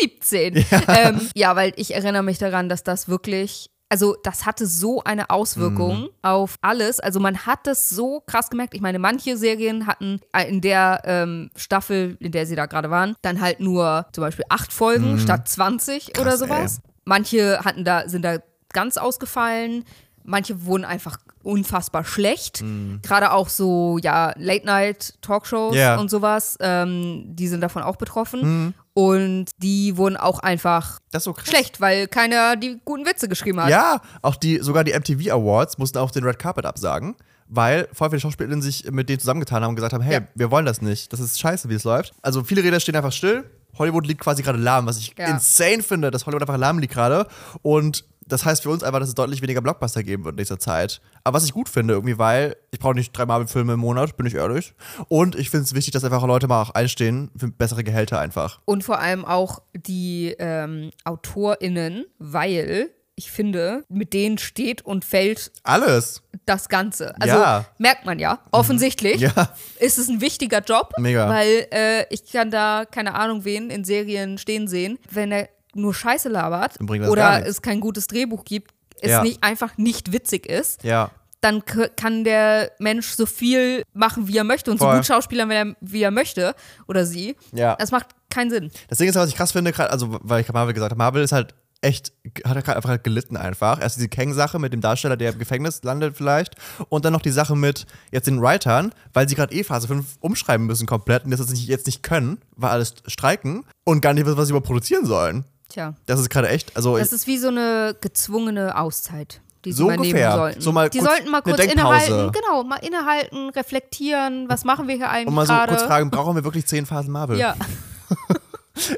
A: 17. Ja. Ähm, ja, weil ich erinnere mich daran, dass das wirklich. Also das hatte so eine Auswirkung
B: Mhm.
A: auf alles. Also man hat das so krass gemerkt. Ich meine, manche Serien hatten äh, in der ähm, Staffel, in der sie da gerade waren, dann halt nur zum Beispiel acht Folgen statt 20 oder
B: Mhm. Krass,
A: sowas. Manche hatten da, sind da ganz ausgefallen. Manche wurden einfach unfassbar schlecht. Gerade auch so, ja, Late-Night-Talkshows
B: Mhm. Ja. Mhm.
A: und sowas, ähm, die sind davon auch betroffen. Und die wurden auch einfach
B: Das ist so krass.
A: schlecht, weil keiner die guten Witze geschrieben hat.
B: Ja, auch die, sogar die MTV Awards mussten auf den Red Carpet absagen, weil voll viele Schauspielerinnen sich mit denen zusammengetan haben und gesagt haben, hey,
A: Ja.
B: wir wollen das nicht. Das ist scheiße, wie es läuft. Also viele Räder stehen einfach still. Hollywood liegt quasi gerade lahm, was ich
A: Ja.
B: insane finde, dass Hollywood einfach lahm liegt gerade. Und das heißt für uns einfach, dass es deutlich weniger Blockbuster geben wird in nächster Zeit. Aber was ich gut finde irgendwie, weil ich brauche nicht drei Marvel-Filme im Monat, bin ich ehrlich. Und ich finde es wichtig, dass einfach Leute mal auch einstehen für bessere Gehälter einfach.
A: Und vor allem auch die ähm, AutorInnen, weil ich finde, mit denen steht und fällt
B: Alles.
A: das Ganze. Also
B: Ja. Mhm.
A: merkt man ja, offensichtlich
B: Ja.
A: ist es ein wichtiger Job,
B: Mega.
A: weil äh, ich kann da keine Ahnung wen in Serien stehen sehen, wenn er nur Scheiße labert
B: Dann bringt das gar
A: oder
B: nichts.
A: es kein gutes Drehbuch gibt, es
B: Ja.
A: nicht, einfach nicht witzig ist,
B: Ja.
A: dann k- kann der Mensch so viel machen, wie er möchte und
B: Voll.
A: so gut schauspielern, wie er, wie er möchte oder sie.
B: Ja.
A: Das macht keinen Sinn.
B: Das Ding ist, was ich krass finde, grad, also weil ich grad Marvel gesagt habe, Marvel ist halt echt, hat halt grad einfach halt gelitten einfach. Erst diese Kang-Sache mit dem Darsteller, der im Gefängnis landet vielleicht und dann noch die Sache mit jetzt den Writern, weil sie gerade eh Phase 5 umschreiben müssen komplett und das jetzt nicht, jetzt nicht können, weil alles streiken und gar nicht wissen, was sie überhaupt produzieren sollen.
A: Tja.
B: Das ist gerade echt, also
A: Das ist wie so eine gezwungene Auszeit. die sie
B: So
A: mal
B: ungefähr.
A: nehmen sollten.
B: So mal
A: die
B: kurz
A: sollten mal
B: eine
A: kurz
B: Denkpause.
A: innehalten, genau, mal innehalten, reflektieren, was machen wir hier eigentlich
B: Und um mal so
A: gerade?
B: kurz fragen, brauchen wir wirklich zehn Phasen Marvel?
A: ja.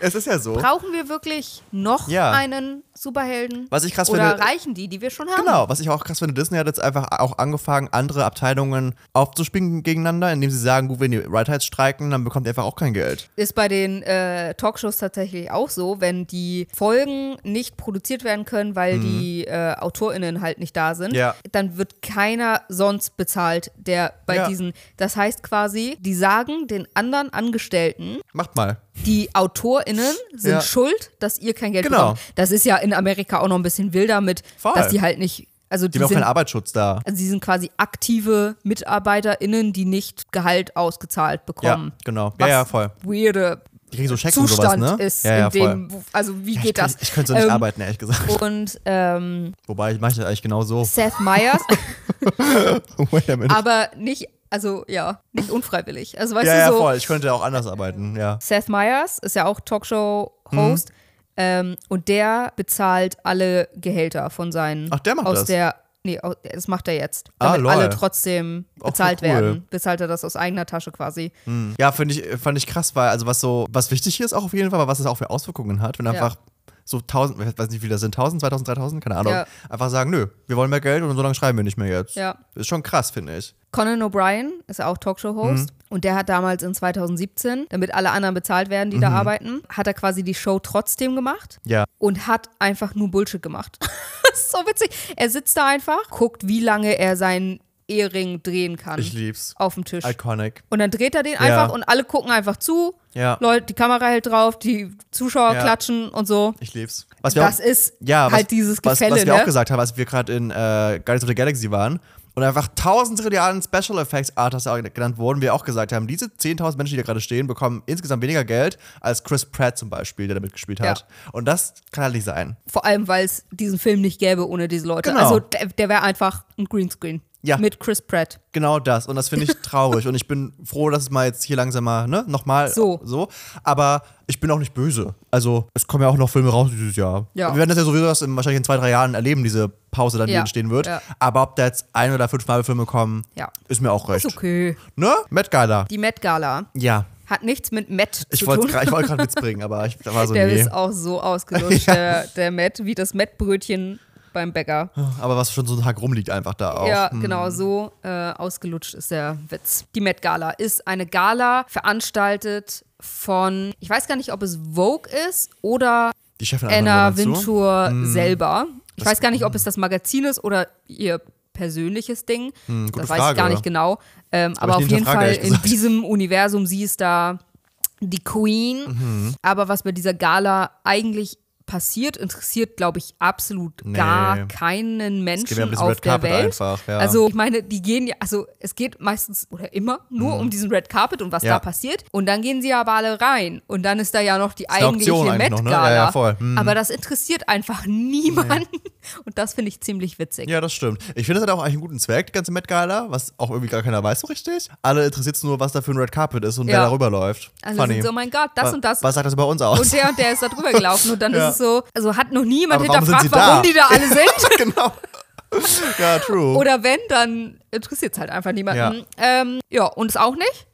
B: Es ist ja so.
A: Brauchen wir wirklich noch
B: Ja.
A: einen Superhelden?
B: Was ich krass
A: Oder
B: finde-
A: reichen die, die wir schon haben?
B: Genau, was ich auch krass finde, Disney hat jetzt einfach auch angefangen, andere Abteilungen aufzuspringen gegeneinander, indem sie sagen, gut, wenn die Rights streiken, dann bekommt ihr einfach auch kein Geld.
A: Ist bei den äh, Talkshows tatsächlich auch so, wenn die Folgen nicht produziert werden können, weil die äh, AutorInnen halt nicht da sind,
B: Mhm. Ja.
A: dann wird keiner sonst bezahlt, der bei
B: Ja.
A: diesen. Das heißt quasi, die sagen den anderen Angestellten,
B: Macht mal.
A: die AutorInnen sind
B: Ja.
A: schuld, dass ihr kein Geld
B: Genau.
A: bekommt. Das ist ja in Amerika auch noch ein bisschen wilder mit,
B: Voll.
A: dass die halt nicht. Also
B: Die
A: die,
B: haben auch
A: sind
B: keinen Arbeitsschutz da.
A: Also sie sind quasi aktive MitarbeiterInnen, die nicht Gehalt ausgezahlt bekommen.
B: Ja, genau. Ja,
A: Was
B: ja, voll.
A: weirde
B: Die kriegen so Schecks
A: Zustand
B: und sowas, ne?
A: ist,
B: ja, ja,
A: in dem, wo- also wie
B: voll.
A: geht
B: ich,
A: das?
B: Kann, ich könnte so nicht
A: Ähm,
B: arbeiten, ehrlich gesagt.
A: Und ähm,
B: Wobei, ich mache das eigentlich
A: <laughs>
B: genau so.
A: Seth
B: <laughs>
A: Meyers,
B: Wait a minute.
A: aber nicht, also ja, nicht unfreiwillig. Also weißt
B: ja, ja,
A: du so,
B: voll. Ich könnte auch anders arbeiten, ja.
A: Seth Meyers ist ja auch
B: Mhm.
A: Talkshow-Host ähm, und der bezahlt alle Gehälter von seinen.
B: Ach, der macht
A: aus
B: das?
A: Der, nee, au- das macht er jetzt.
B: Ah,
A: Damit
B: lol.
A: alle trotzdem
B: voll
A: bezahlt
B: cool.
A: werden. Bezahlt er das aus eigener Tasche quasi.
B: Ja, finde ich, fand ich krass, weil, also was so, was wichtig hier ist auch auf jeden Fall, aber was es auch für Auswirkungen hat, wenn einfach so 1000, ich weiß nicht, wie viele das sind, 1000, 2000, 3000, keine Ahnung,
A: Ja.
B: einfach sagen, nö, wir wollen mehr Geld und so lange schreiben wir nicht mehr jetzt.
A: Ja.
B: Ist schon krass, finde ich.
A: Conan O'Brien ist ja auch
B: Mhm.
A: Talkshow-Host und der hat damals in 2017, damit alle anderen bezahlt werden, die
B: Mhm.
A: da arbeiten, hat er quasi die Show trotzdem gemacht
B: Ja.
A: und hat einfach nur Bullshit gemacht. <laughs> Das ist so witzig. Er sitzt da einfach, guckt, wie lange er seinen Ehering drehen kann
B: Ich lieb's.
A: auf dem Tisch.
B: Iconic.
A: Und dann dreht er den einfach und alle gucken einfach zu.
B: Ja.
A: Leute, die Kamera hält drauf, die Zuschauer
B: Ja.
A: klatschen und so.
B: Ich lieb's. Was wir
A: Das
B: auch,
A: ist
B: ja, was,
A: halt dieses Gefälle,
B: was, was wir
A: ne?
B: auch gesagt haben, als wir gerade in äh, Guardians of the Galaxy waren und einfach tausend Trilliarden Special Effects Artists auch genannt wurden, wir auch gesagt haben, diese 10.000 Menschen, die da gerade stehen, bekommen insgesamt weniger Geld als Chris Pratt zum Beispiel, der damit gespielt hat. Und das kann halt nicht sein.
A: Vor allem, weil es diesen Film nicht gäbe ohne diese Leute.
B: Genau.
A: Also der, der wäre einfach ein Greenscreen
B: Ja.
A: mit Chris Pratt.
B: Genau das. Und das
A: <laughs>
B: finde ich traurig. und ich bin froh, dass es mal jetzt hier langsam mal, ne, nochmal
A: So.
B: so. Aber ich bin auch nicht böse. Also, es kommen ja auch noch Filme raus dieses Jahr.
A: Ja.
B: Wir werden das ja sowieso erst in, wahrscheinlich in zwei, drei Jahren erleben, diese Pause dann, die
A: Ja,
B: entstehen wird.
A: ja.
B: Aber ob da jetzt ein oder fünf Marvel-Filme kommen,
A: Ja.
B: ist mir auch recht.
A: Ist okay.
B: Ne? Met Gala.
A: Die Met Gala
B: Ja.
A: hat nichts mit Met
B: Ich
A: zu
B: wollte
A: tun.
B: gra- ich
A: <laughs>
B: wollte gerade Witz bringen, aber ich da war so,
A: der
B: nee.
A: ist auch so ausgelutscht,
B: <laughs>
A: der, der Met, wie das Met-Brötchen beim Bäcker.
B: Aber was schon so ein Tag rumliegt, einfach da auch.
A: Ja, genau, so äh, ausgelutscht ist der Witz. Die Met Gala ist eine Gala veranstaltet von, ich weiß gar nicht, ob es Vogue ist oder
B: Die Chefin
A: Anna
B: einfach nur dazu.
A: Wintour selber. Ich
B: Hm. Das-
A: weiß gar nicht, ob es das Magazin ist oder ihr persönliches Ding.
B: Hm, gute
A: das weiß
B: Frage.
A: ich gar nicht genau. Ähm,
B: ich
A: aber auf
B: nie
A: jeden
B: hinterfragt,
A: Fall
B: ehrlich
A: in
B: gesagt.
A: diesem Universum, sie ist da die Queen.
B: Mhm.
A: Aber was bei dieser Gala eigentlich passiert, interessiert, glaube ich, absolut
B: Nee.
A: gar keinen
B: geht ja um
A: Menschen
B: diesen
A: auf
B: Red
A: der
B: Carpet
A: Welt.
B: einfach, ja.
A: Also ich meine, die gehen ja, also es geht meistens oder immer nur um diesen Red Carpet und was
B: Mhm. Ja.
A: da passiert. Und dann gehen sie ja aber alle rein. Und dann ist da ja noch die
B: eine
A: eigentliche
B: Auktion eigentlich
A: Met
B: noch,
A: Gala.
B: ne? Ja, ja, voll. Mhm.
A: Aber das interessiert einfach niemanden. <laughs> Und das finde ich ziemlich witzig.
B: Ja, das stimmt. Ich finde, das hat auch eigentlich einen guten Zweck, die ganze Met Gala, was auch irgendwie gar keiner weiß so richtig. Alle interessiert es nur, was da für ein Red Carpet ist und wer
A: Ja.
B: darüber läuft.
A: Also
B: Funny.
A: sind so, oh mein Gott, das
B: Wa-
A: und das.
B: Was sagt das über uns aus? <laughs>
A: Und der und der ist da drüber gelaufen. Und dann
B: Ja.
A: ist es so, also hat noch niemand
B: Aber warum sind
A: hinterfragt, warum die
B: sie da?
A: da alle
B: <laughs>
A: sind.
B: genau. ja, true.
A: Oder wenn, dann interessiert es halt einfach niemanden. Ja, ähm, ja uns auch nicht.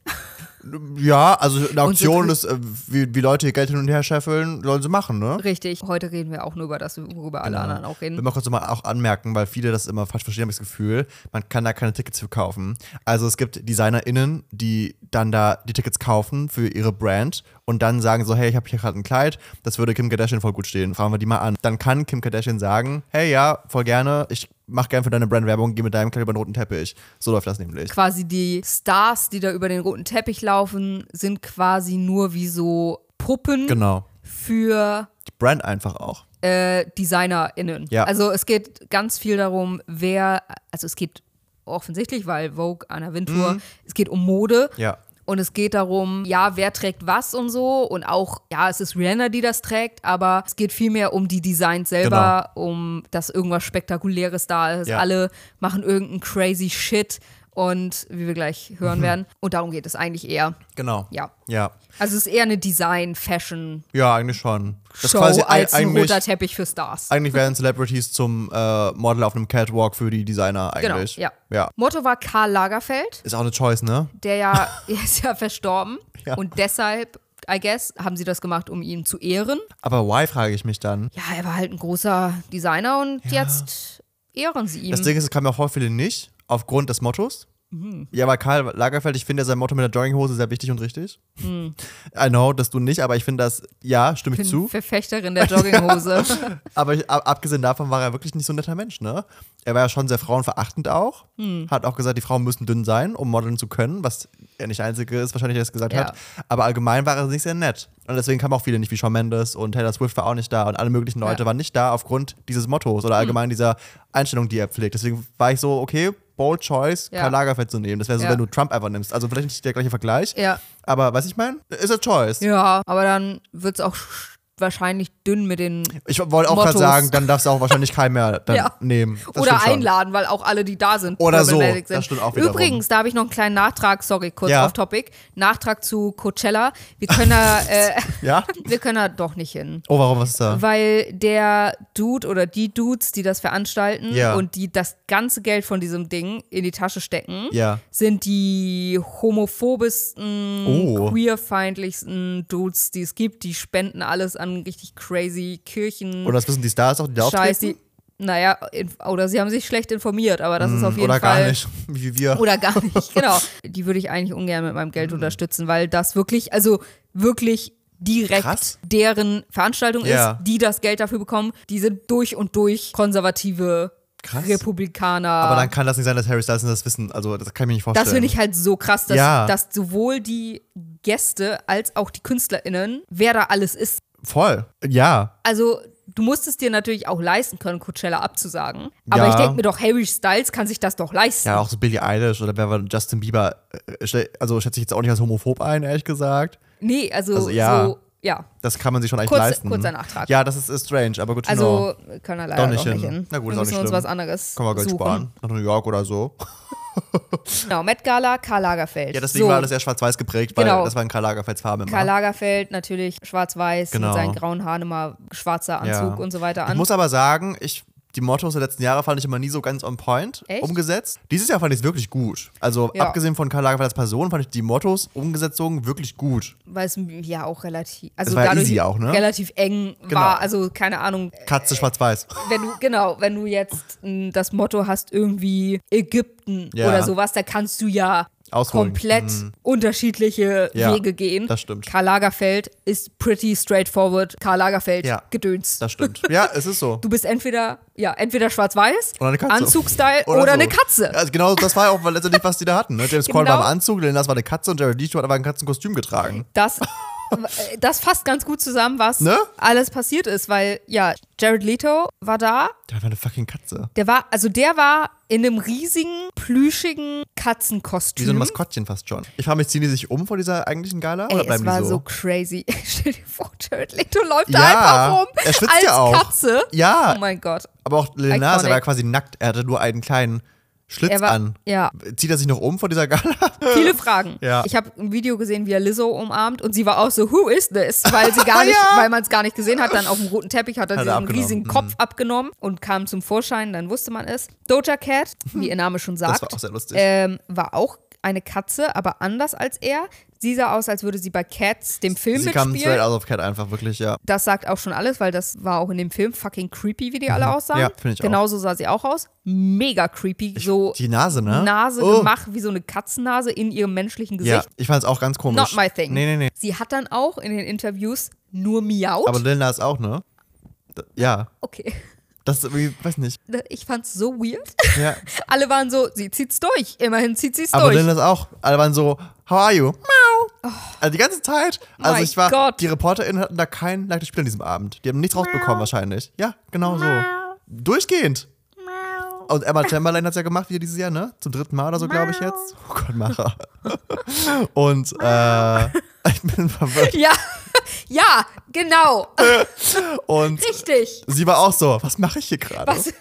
B: ja, also eine
A: Und so
B: Auktion
A: dr-
B: ist, äh, wie, wie Leute ihr Geld hin und her scheffeln, sollen sie machen, ne?
A: Richtig. Heute reden wir auch nur über das, worüber alle anderen auch
B: Will
A: reden.
B: Genau. man kurz mal auch anmerken, weil viele das immer falsch verstehen, habe ich das Gefühl, man kann da keine Tickets für kaufen. Also es gibt DesignerInnen, die dann da die Tickets kaufen für ihre Brand und dann sagen so, hey, ich habe hier gerade ein Kleid, das würde Kim Kardashian voll gut stehen, fragen wir die mal an. Dann kann Kim Kardashian sagen, hey, ja, voll gerne, ich mach gerne für deine Brand Werbung, geh mit deinem Kleid über den roten Teppich. So läuft das nämlich.
A: Quasi die Stars, die da über den roten Teppich laufen, sind quasi nur wie so Puppen
B: Genau.
A: für
B: Die Brand einfach auch.
A: äh, DesignerInnen.
B: Ja.
A: Also es geht ganz viel darum, wer, also es geht offensichtlich, weil Vogue, Anna Wintour, es geht um Mode.
B: Mhm. Ja.
A: Und es geht darum, ja, wer trägt was und so. Und auch, ja, es ist Rihanna, die das trägt, aber es geht vielmehr um die Designs selber, um dass irgendwas Spektakuläres da ist.
B: Genau. Ja.
A: Alle machen irgendeinen crazy Shit. Und wie wir gleich hören
B: Mhm.
A: werden. Und darum geht es eigentlich eher.
B: Genau.
A: Ja.
B: Ja.
A: Also es ist eher eine Design-Fashion-Show
B: Ja, eigentlich schon. Das ist ei-
A: als ein
B: eigentlich,
A: roter Teppich für Stars.
B: eigentlich werden Celebrities zum äh, Model auf einem Catwalk für die Designer eigentlich.
A: Genau, ja.
B: ja.
A: Motto war Karl Lagerfeld,
B: Ist auch eine Choice, ne?
A: der
B: <laughs>
A: ja der ist ja verstorben.
B: Ja.
A: Und deshalb, I guess, haben sie das gemacht, um ihn zu ehren.
B: Aber why, frage ich mich dann.
A: Ja, er war halt ein großer Designer und jetzt ehren sie
B: Das
A: ihn.
B: Ding ist, es kamen ja auch viele nicht, aufgrund des Mottos.
A: Mhm.
B: Ja, aber Karl Lagerfeld, ich finde ja sein Motto mit der Jogginghose sehr wichtig und richtig.
A: Mhm.
B: I know, dass du nicht, aber ich finde das, ja, stimme ich
A: Ich bin
B: zu.
A: Verfechterin der
B: <laughs>
A: Jogginghose.
B: Aber ich, ab- abgesehen davon war er wirklich nicht so ein netter Mensch, ne? Er war ja schon sehr frauenverachtend auch.
A: Hm.
B: Hat auch gesagt, die Frauen müssen dünn sein, um modeln zu können, was er nicht der Einzige ist, wahrscheinlich, der das gesagt
A: Ja.
B: hat. Aber allgemein war er nicht sehr nett. Und deswegen kamen auch viele nicht, wie Shawn Mendes und Taylor Swift war auch nicht da und alle möglichen Leute
A: Ja. Hm.
B: waren nicht da aufgrund dieses Mottos oder allgemein dieser Einstellung, die er pflegt. Deswegen war ich so, okay, bold choice,
A: Ja.
B: Karl Lagerfeld zu nehmen. Das wäre so,
A: Ja.
B: wenn du Trump einfach nimmst. Also vielleicht nicht der gleiche Vergleich,
A: Ja.
B: aber was ich meine, ist a choice.
A: ja, aber dann wird es auch sch- wahrscheinlich dünn mit den.
B: Ich wollte auch gerade
A: Mottos.
B: sagen, dann darfst du auch wahrscheinlich
A: <laughs>
B: keinen mehr dann
A: Ja.
B: nehmen. Das
A: Oder
B: stimmt schon.
A: einladen, weil auch alle, die da sind,
B: Oder so,
A: problematic
B: das
A: sind.
B: stimmt auch wiederum.
A: Übrigens, da habe ich noch einen kleinen Nachtrag, sorry, kurz
B: Ja.
A: auf Topic. Nachtrag zu Coachella. Wir können
B: <laughs>
A: da, äh,
B: Ja?
A: <laughs> wir können da doch nicht hin.
B: Oh, warum, was ist
A: Mhm.
B: da?
A: Weil der Dude oder die Dudes, die das veranstalten
B: Ja.
A: und die das ganze Geld von diesem Ding in die Tasche stecken,
B: Ja.
A: sind die homophobischsten,
B: Oh.
A: queerfeindlichsten Dudes, die es gibt. Die spenden alles an richtig crazy Kirchen.
B: Und das wissen die Stars auch, die da
A: Scheiß,
B: auftreten? Mm,
A: die, naja, in, oder sie haben sich schlecht informiert, aber das ist auf jeden
B: Oder
A: Fall.
B: gar nicht, <laughs> wie wir.
A: Oder
B: <laughs>
A: gar nicht, genau. Die würde ich eigentlich ungern mit meinem Geld
B: Mhm.
A: unterstützen, weil das wirklich, also wirklich direkt
B: Krass.
A: deren Veranstaltung
B: Ja.
A: ist, die das Geld dafür bekommen. Die sind durch und durch konservative
B: Krass.
A: Republikaner.
B: Aber dann kann das nicht sein, dass Harry Styles das wissen. Also, das kann ich mir nicht vorstellen.
A: das finde ich halt so krass, dass,
B: Ja.
A: dass sowohl die Gäste als auch die KünstlerInnen, wer da alles ist.
B: Voll. Ja.
A: Also, du musst es dir natürlich auch leisten können, Coachella abzusagen. Aber
B: Ja.
A: ich denke mir doch, Harry Styles kann sich das doch leisten.
B: Ja, auch so Billie Eilish oder wer war Justin Bieber. äh, stell- Also, schätze ich jetzt auch nicht als homophob ein, ehrlich gesagt.
A: Nee, also,
B: Also, ja.
A: so, ja.
B: Das kann man sich schon eigentlich
A: Kurz-
B: leisten.
A: kurzer Nachtrag.
B: Ja, das ist, ist strange, aber gut, to know.
A: Also können wir leider
B: Genau. Doch
A: doch
B: nicht
A: nicht,
B: hin.
A: hin.
B: Na gut,
A: wir
B: ist auch
A: müssen
B: nicht
A: uns
B: schlimm.
A: was anderes
B: Kann man Geld
A: suchen.
B: sparen. Nach New York
A: <laughs>
B: oder so.
A: Genau, Met Gala, Karl Lagerfeld.
B: Ja, deswegen
A: so,
B: war alles sehr schwarz-weiß geprägt, weil
A: Genau.
B: das war in Karl Lagerfelds Farbe immer. ne?
A: Karl Lagerfeld natürlich schwarz-weiß
B: Genau.
A: mit seinen grauen Haaren immer schwarzer Anzug und so weiter
B: Ich
A: an.
B: muss aber sagen, ich, die Mottos der letzten Jahre fand ich immer nie so ganz on point
A: Echt?
B: umgesetzt. Dieses Jahr fand ich es wirklich gut. Also
A: Ja.
B: abgesehen von Karl Lagerfeld als Person fand ich die Mottos umgesetzt so wirklich gut.
A: Weil es ja auch relativ, also
B: war ja
A: dadurch
B: easy auch, ne?
A: relativ eng war. Also keine Ahnung,
B: Katze schwarz-weiß.
A: wenn du, genau, wenn du jetzt m, das Motto hast, irgendwie Ägypten
B: Ja.
A: oder sowas, da kannst du ja
B: Ausholen. Mhm.
A: komplett unterschiedliche
B: Ja,
A: Wege gehen.
B: das stimmt.
A: Karl Lagerfeld ist pretty straightforward. Karl Lagerfeld
B: Ja.
A: gedöns.
B: Das stimmt. Ja, es ist so.
A: Du bist entweder, ja, entweder schwarz-weiß,
B: Oder eine Katze.
A: Anzugstyle äh, oder,
B: so.
A: eine Katze.
B: Also genau, das war ja auch letztendlich, was die da hatten. Ne? James Corden
A: Genau.
B: war im Anzug, Lil Nas war eine Katze und Jared Leto hat aber ein Katzenkostüm getragen. <laughs>
A: Das, das fasst ganz gut zusammen, was
B: Ne?
A: alles passiert ist, weil, ja, Jared Leto war da,
B: Der war eine fucking Katze.
A: der war, also der war in einem riesigen, plüschigen
B: Wie so ein
A: Katzenkostüm.
B: Maskottchen fast schon. Ich frage mich, ziehen die sich um vor dieser eigentlichen Gala
A: Mhm. Ey,
B: oder
A: es
B: bleiben
A: war
B: die
A: so?
B: so?
A: crazy. <laughs> Stell dir vor, Jared Leto läuft da
B: Ja,
A: einfach rum
B: er schwitzt
A: als
B: ja auch.
A: Katze.
B: Ja.
A: Oh mein Gott.
B: Aber auch Lil Nas,
A: Iconic.
B: er war quasi nackt. Er hatte nur einen kleinen Schlitz
A: Er war,
B: an.
A: ja,
B: Zieht er sich noch um vor dieser Gala? <laughs>
A: viele Fragen.
B: Ja.
A: Ich habe ein Video gesehen, wie er Lizzo umarmt und sie war auch so, who is
B: <laughs>
A: this? Weil sie gar nicht,
B: Ja.
A: weil man es gar nicht gesehen hat, dann auf dem roten Teppich hat er
B: Hat er
A: diesen
B: abgenommen. Mhm.
A: riesigen Kopf abgenommen und kam zum Vorschein, dann wusste man es. Doja Cat, wie ihr Name schon sagt,
B: Das war auch sehr lustig.
A: ähm, war auch eine Katze, aber anders als er. Sie sah aus, als würde sie bei Cats, dem Film
B: Sie kamen straight
A: mitspielen.
B: out of Cat einfach, wirklich, ja.
A: Das sagt auch schon alles, weil das war auch in dem Film fucking creepy, wie die alle aussahen.
B: Mhm. Ja, finde ich auch.
A: Genauso sah sie auch aus. Mega creepy. so
B: Die Nase, ne?
A: Nase
B: Oh.
A: gemacht, wie so eine Katzennase in ihrem menschlichen Gesicht.
B: Ja, ich fand es auch ganz komisch.
A: Not my thing.
B: Nee, nee, nee.
A: Sie hat dann auch in den Interviews nur miaut.
B: Aber Lil Nas auch, ne? D- Ja,
A: okay. <laughs>
B: das ist irgendwie, weiß nicht.
A: Ich fand's so weird.
B: Ja.
A: <laughs> Alle waren so, sie zieht's durch. Immerhin zieht sie's
B: Aber Lil
A: durch. Oh.
B: Nas auch. Alle waren so, how are you? Miau. Also die ganze Zeit. Also
A: mein
B: ich war,
A: Gott.
B: die ReporterInnen hatten da kein leichtes Spiel an diesem Abend. Die haben nichts rausbekommen wahrscheinlich. Ja, genau so. Durchgehend. Und Emma Chamberlain hat es ja gemacht wieder dieses Jahr, ne? Zum dritten Mal oder so, glaube ich jetzt. Oh Gott, Macher. <laughs> Und äh, ich bin verwirrt.
A: Ja, <laughs> ja, genau.
B: Und
A: Richtig.
B: sie war auch so, was mache ich hier gerade?
A: Was?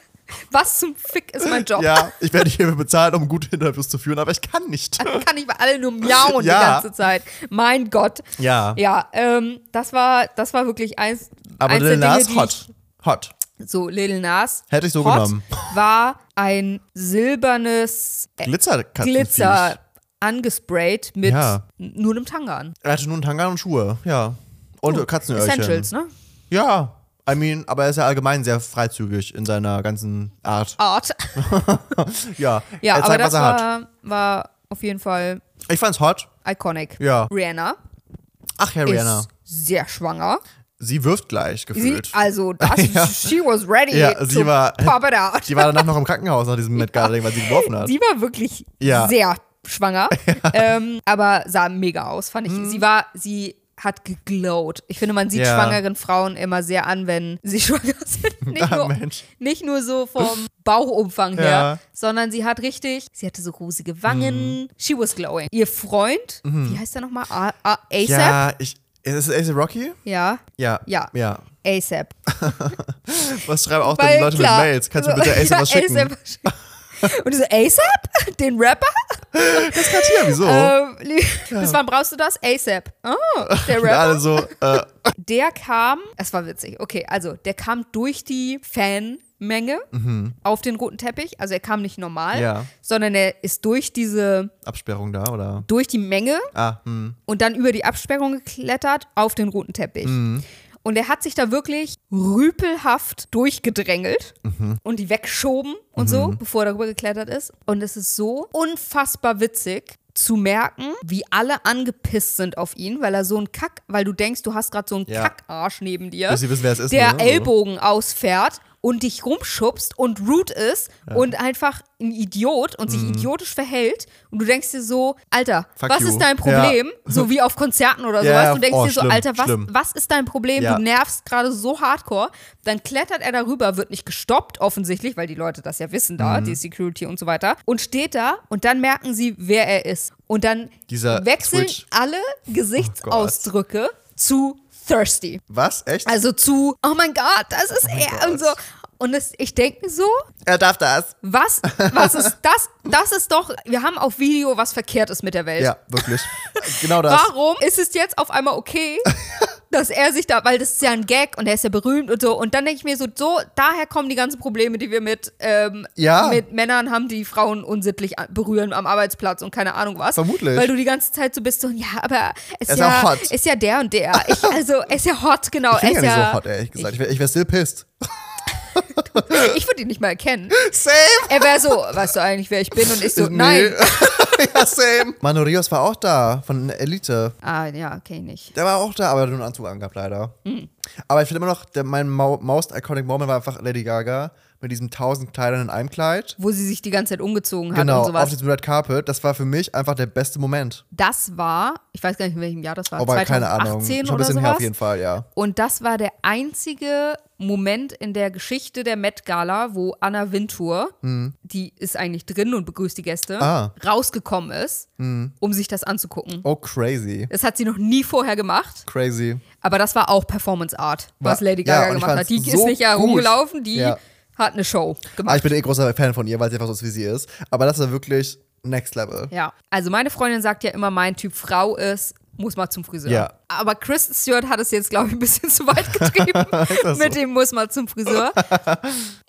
A: Was zum Fick ist mein Job?
B: Ja, ich werde hierfür bezahlt, um gute Interviews zu führen, aber ich kann
A: <laughs>
B: nicht.
A: <laughs> kann ich mal alle nur miauen
B: Ja.
A: die ganze Zeit. Mein Gott.
B: Ja.
A: Ja, ähm, das war, das war wirklich eins.
B: Aber
A: eins
B: Lil
A: der
B: Nas,
A: Dinge, die
B: hot. Hot.
A: Ich, so Lil Nas.
B: Hätte ich so
A: hot,
B: genommen.
A: War ein silbernes
B: Glitzer
A: Äh, Glitzer angesprayt mit
B: Ja.
A: nur einem Tanga an.
B: Er hatte nur einen Tanga und Schuhe, ja. Und Katzenöhrchen.
A: Oh, Essentials, ne?
B: Ja. I mean, aber er ist ja allgemein sehr freizügig in seiner ganzen Art.
A: Art.
B: <laughs> Ja,
A: Ja,
B: er zeigt,
A: aber das
B: was er hat.
A: war, war auf jeden Fall
B: Ich fand's hot.
A: iconic.
B: Ja.
A: Rihanna,
B: Ach, Herr Rihanna.
A: ist sehr schwanger.
B: Sie wirft gleich,
A: Sie,
B: gefühlt.
A: also, das,
B: <laughs> Ja.
A: she was ready
B: Ja, sie
A: to
B: war-
A: pop it out.
B: Die war danach noch im Krankenhaus nach diesem Met Gala-Ding, weil sie geworfen hat.
A: Sie war wirklich
B: Also Ja.
A: sehr
B: <laughs>
A: schwanger, ähm, aber sah mega aus, fand ich. Sie war, sie hat geglowt. Ich finde, man sieht
B: Mhm. Ja.
A: schwangeren Frauen immer sehr an, wenn sie <laughs> schwanger
B: <laughs>
A: sind. Nicht,
B: Ah,
A: nur,
B: Mensch.
A: nicht nur so vom Bauchumfang her,
B: Ja. Mhm.
A: sondern sie hat richtig, sie hatte so rosige Wangen. She was glowing. Ihr Freund, wie heißt er nochmal? A- A- ASAP?
B: Ja, ich. Ist es Ace Rocky?
A: Ja.
B: Ja.
A: Ja.
B: Ja.
A: ASAP.
B: Was schreiben auch
A: Weil
B: denn Leute
A: klar,
B: mit Mails? Kannst du
A: so-
B: bitte
A: <laughs>
B: Ace
A: Ja,
B: was schicken?
A: ASAP was schicken. Und du so, ASAP? <laughs> Den Rapper?
B: Ja, wieso?
A: Ähm, lieb- Bis wann brauchst du das? ASAP. Oh, der
B: <laughs> Und
A: Rapper.
B: alle so, äh,
A: Der kam, es war witzig, okay, also der kam durch die Fanmenge auf den roten Teppich. Also er kam nicht normal,
B: Ja.
A: sondern er ist durch diese,
B: Absperrung da, oder?
A: durch die Menge
B: Ah, hm.
A: und dann über die Absperrung geklettert auf den roten Teppich. Und er hat sich da wirklich rüpelhaft durchgedrängelt und die wegschoben und so, bevor er darüber geklettert ist. Und es ist so unfassbar witzig zu merken, wie alle angepisst sind auf ihn, weil er so ein Kack, weil du denkst, du hast gerade so einen
B: Ja.
A: Kackarsch neben dir,
B: Dass sie wissen, wer es ist,
A: der
B: ne? So.
A: Ellbogen ausfährt und dich rumschubst und rude ist und einfach ein Idiot und sich idiotisch verhält und du denkst dir so, Alter,
B: Mhm. Fuck
A: was
B: you.
A: ist dein
B: Ja. <laughs>
A: Problem? So wie auf Konzerten oder
B: Ja,
A: sowas.
B: ja,
A: du denkst
B: oh,
A: dir so,
B: schlimm,
A: Alter, was,
B: schlimm.
A: was ist dein Problem?
B: Ja.
A: Du nervst gerade so hardcore. Dann klettert er darüber, wird nicht gestoppt, offensichtlich, weil die Leute das ja wissen da,
B: Mhm.
A: die Security und so weiter. Und steht da und dann merken sie, wer er ist. Und dann
B: Dieser
A: wechseln
B: Switch. Oh
A: alle Gesichtsausdrücke zu thirsty.
B: Was? Echt?
A: Also zu, oh mein Gott, das ist er
B: Gott.
A: und so. Und es, ich denke so,
B: er darf das.
A: was, was
B: <laughs>
A: ist das? Das ist doch, wir haben auf Video, was verkehrt ist mit der Welt.
B: Ja,
A: <laughs>
B: wirklich. genau das.
A: Warum ist es jetzt auf einmal
B: <laughs>
A: okay, dass er sich da, weil das ist ja ein Gag und er ist ja berühmt und so. Und dann denke ich mir so, so, daher kommen die ganzen Probleme, die wir mit, ähm,
B: Ja.
A: mit Männern haben, die Frauen unsittlich a- berühren am Arbeitsplatz und keine Ahnung was.
B: Vermutlich.
A: Weil du die ganze Zeit so bist, so, ja, aber es
B: Er
A: ist
B: ist auch
A: ja,
B: hot.
A: ist ja der und der. Ich, also, er ist ja hot, genau.
B: Ich bin
A: er ist
B: ja nicht
A: ja,
B: so hot, ehrlich gesagt. Ich, wär- ich wäre still pissed. <laughs>
A: Ich würde ihn nicht mal erkennen.
B: Same!
A: Er wäre so, weißt du eigentlich, wer ich bin? Und ich so,
B: <laughs> Nee.
A: nein.
B: ja, same. Manu Rios war auch da, von Elite.
A: Ah, ja, okay, nicht.
B: Der war auch da, aber er hat nur einen Anzug angehabt, leider.
A: Mhm.
B: Aber ich finde immer noch, der, mein Mo most iconic moment war einfach Lady Gaga mit diesen tausend Kleidern in einem Kleid.
A: Wo sie sich die ganze Zeit umgezogen hat und
B: Genau, auf
A: sowas.
B: diesem Red Carpet. Das war für mich einfach der beste Moment.
A: Das war, ich weiß gar nicht, in welchem Jahr das war,
B: Aber
A: 2018
B: keine Ahnung. Schon ein
A: oder
B: bisschen
A: sowas.
B: her auf jeden Fall, ja.
A: Und das war der einzige Moment in der Geschichte der Met Gala, wo Anna Wintour, die ist eigentlich drin und begrüßt die Gäste,
B: Mhm. Ah. Mhm.
A: rausgekommen ist, um sich das anzugucken.
B: Oh, crazy.
A: Das hat sie noch nie vorher gemacht,
B: Crazy.
A: aber das war auch Performance Art, was
B: Wa-
A: Lady
B: ja,
A: Gaga
B: und ich
A: gemacht hat.
B: fand's
A: Die ist
B: so
A: nicht ja
B: gut.
A: rumgelaufen, die
B: Ja.
A: hat eine Show
B: Ah,
A: gemacht.
B: ich bin eh großer Fan von ihr, weil sie einfach so ist, wie sie ist. Aber das war wirklich next level.
A: Ja. Also meine Freundin sagt ja immer, mein Typ Frau ist, muss mal zum Friseur.
B: Ja.
A: Aber Kristen Stewart hat es jetzt, glaube ich, ein bisschen <laughs> zu weit
B: <laughs>
A: getrieben. mit dem muss mal zum Friseur.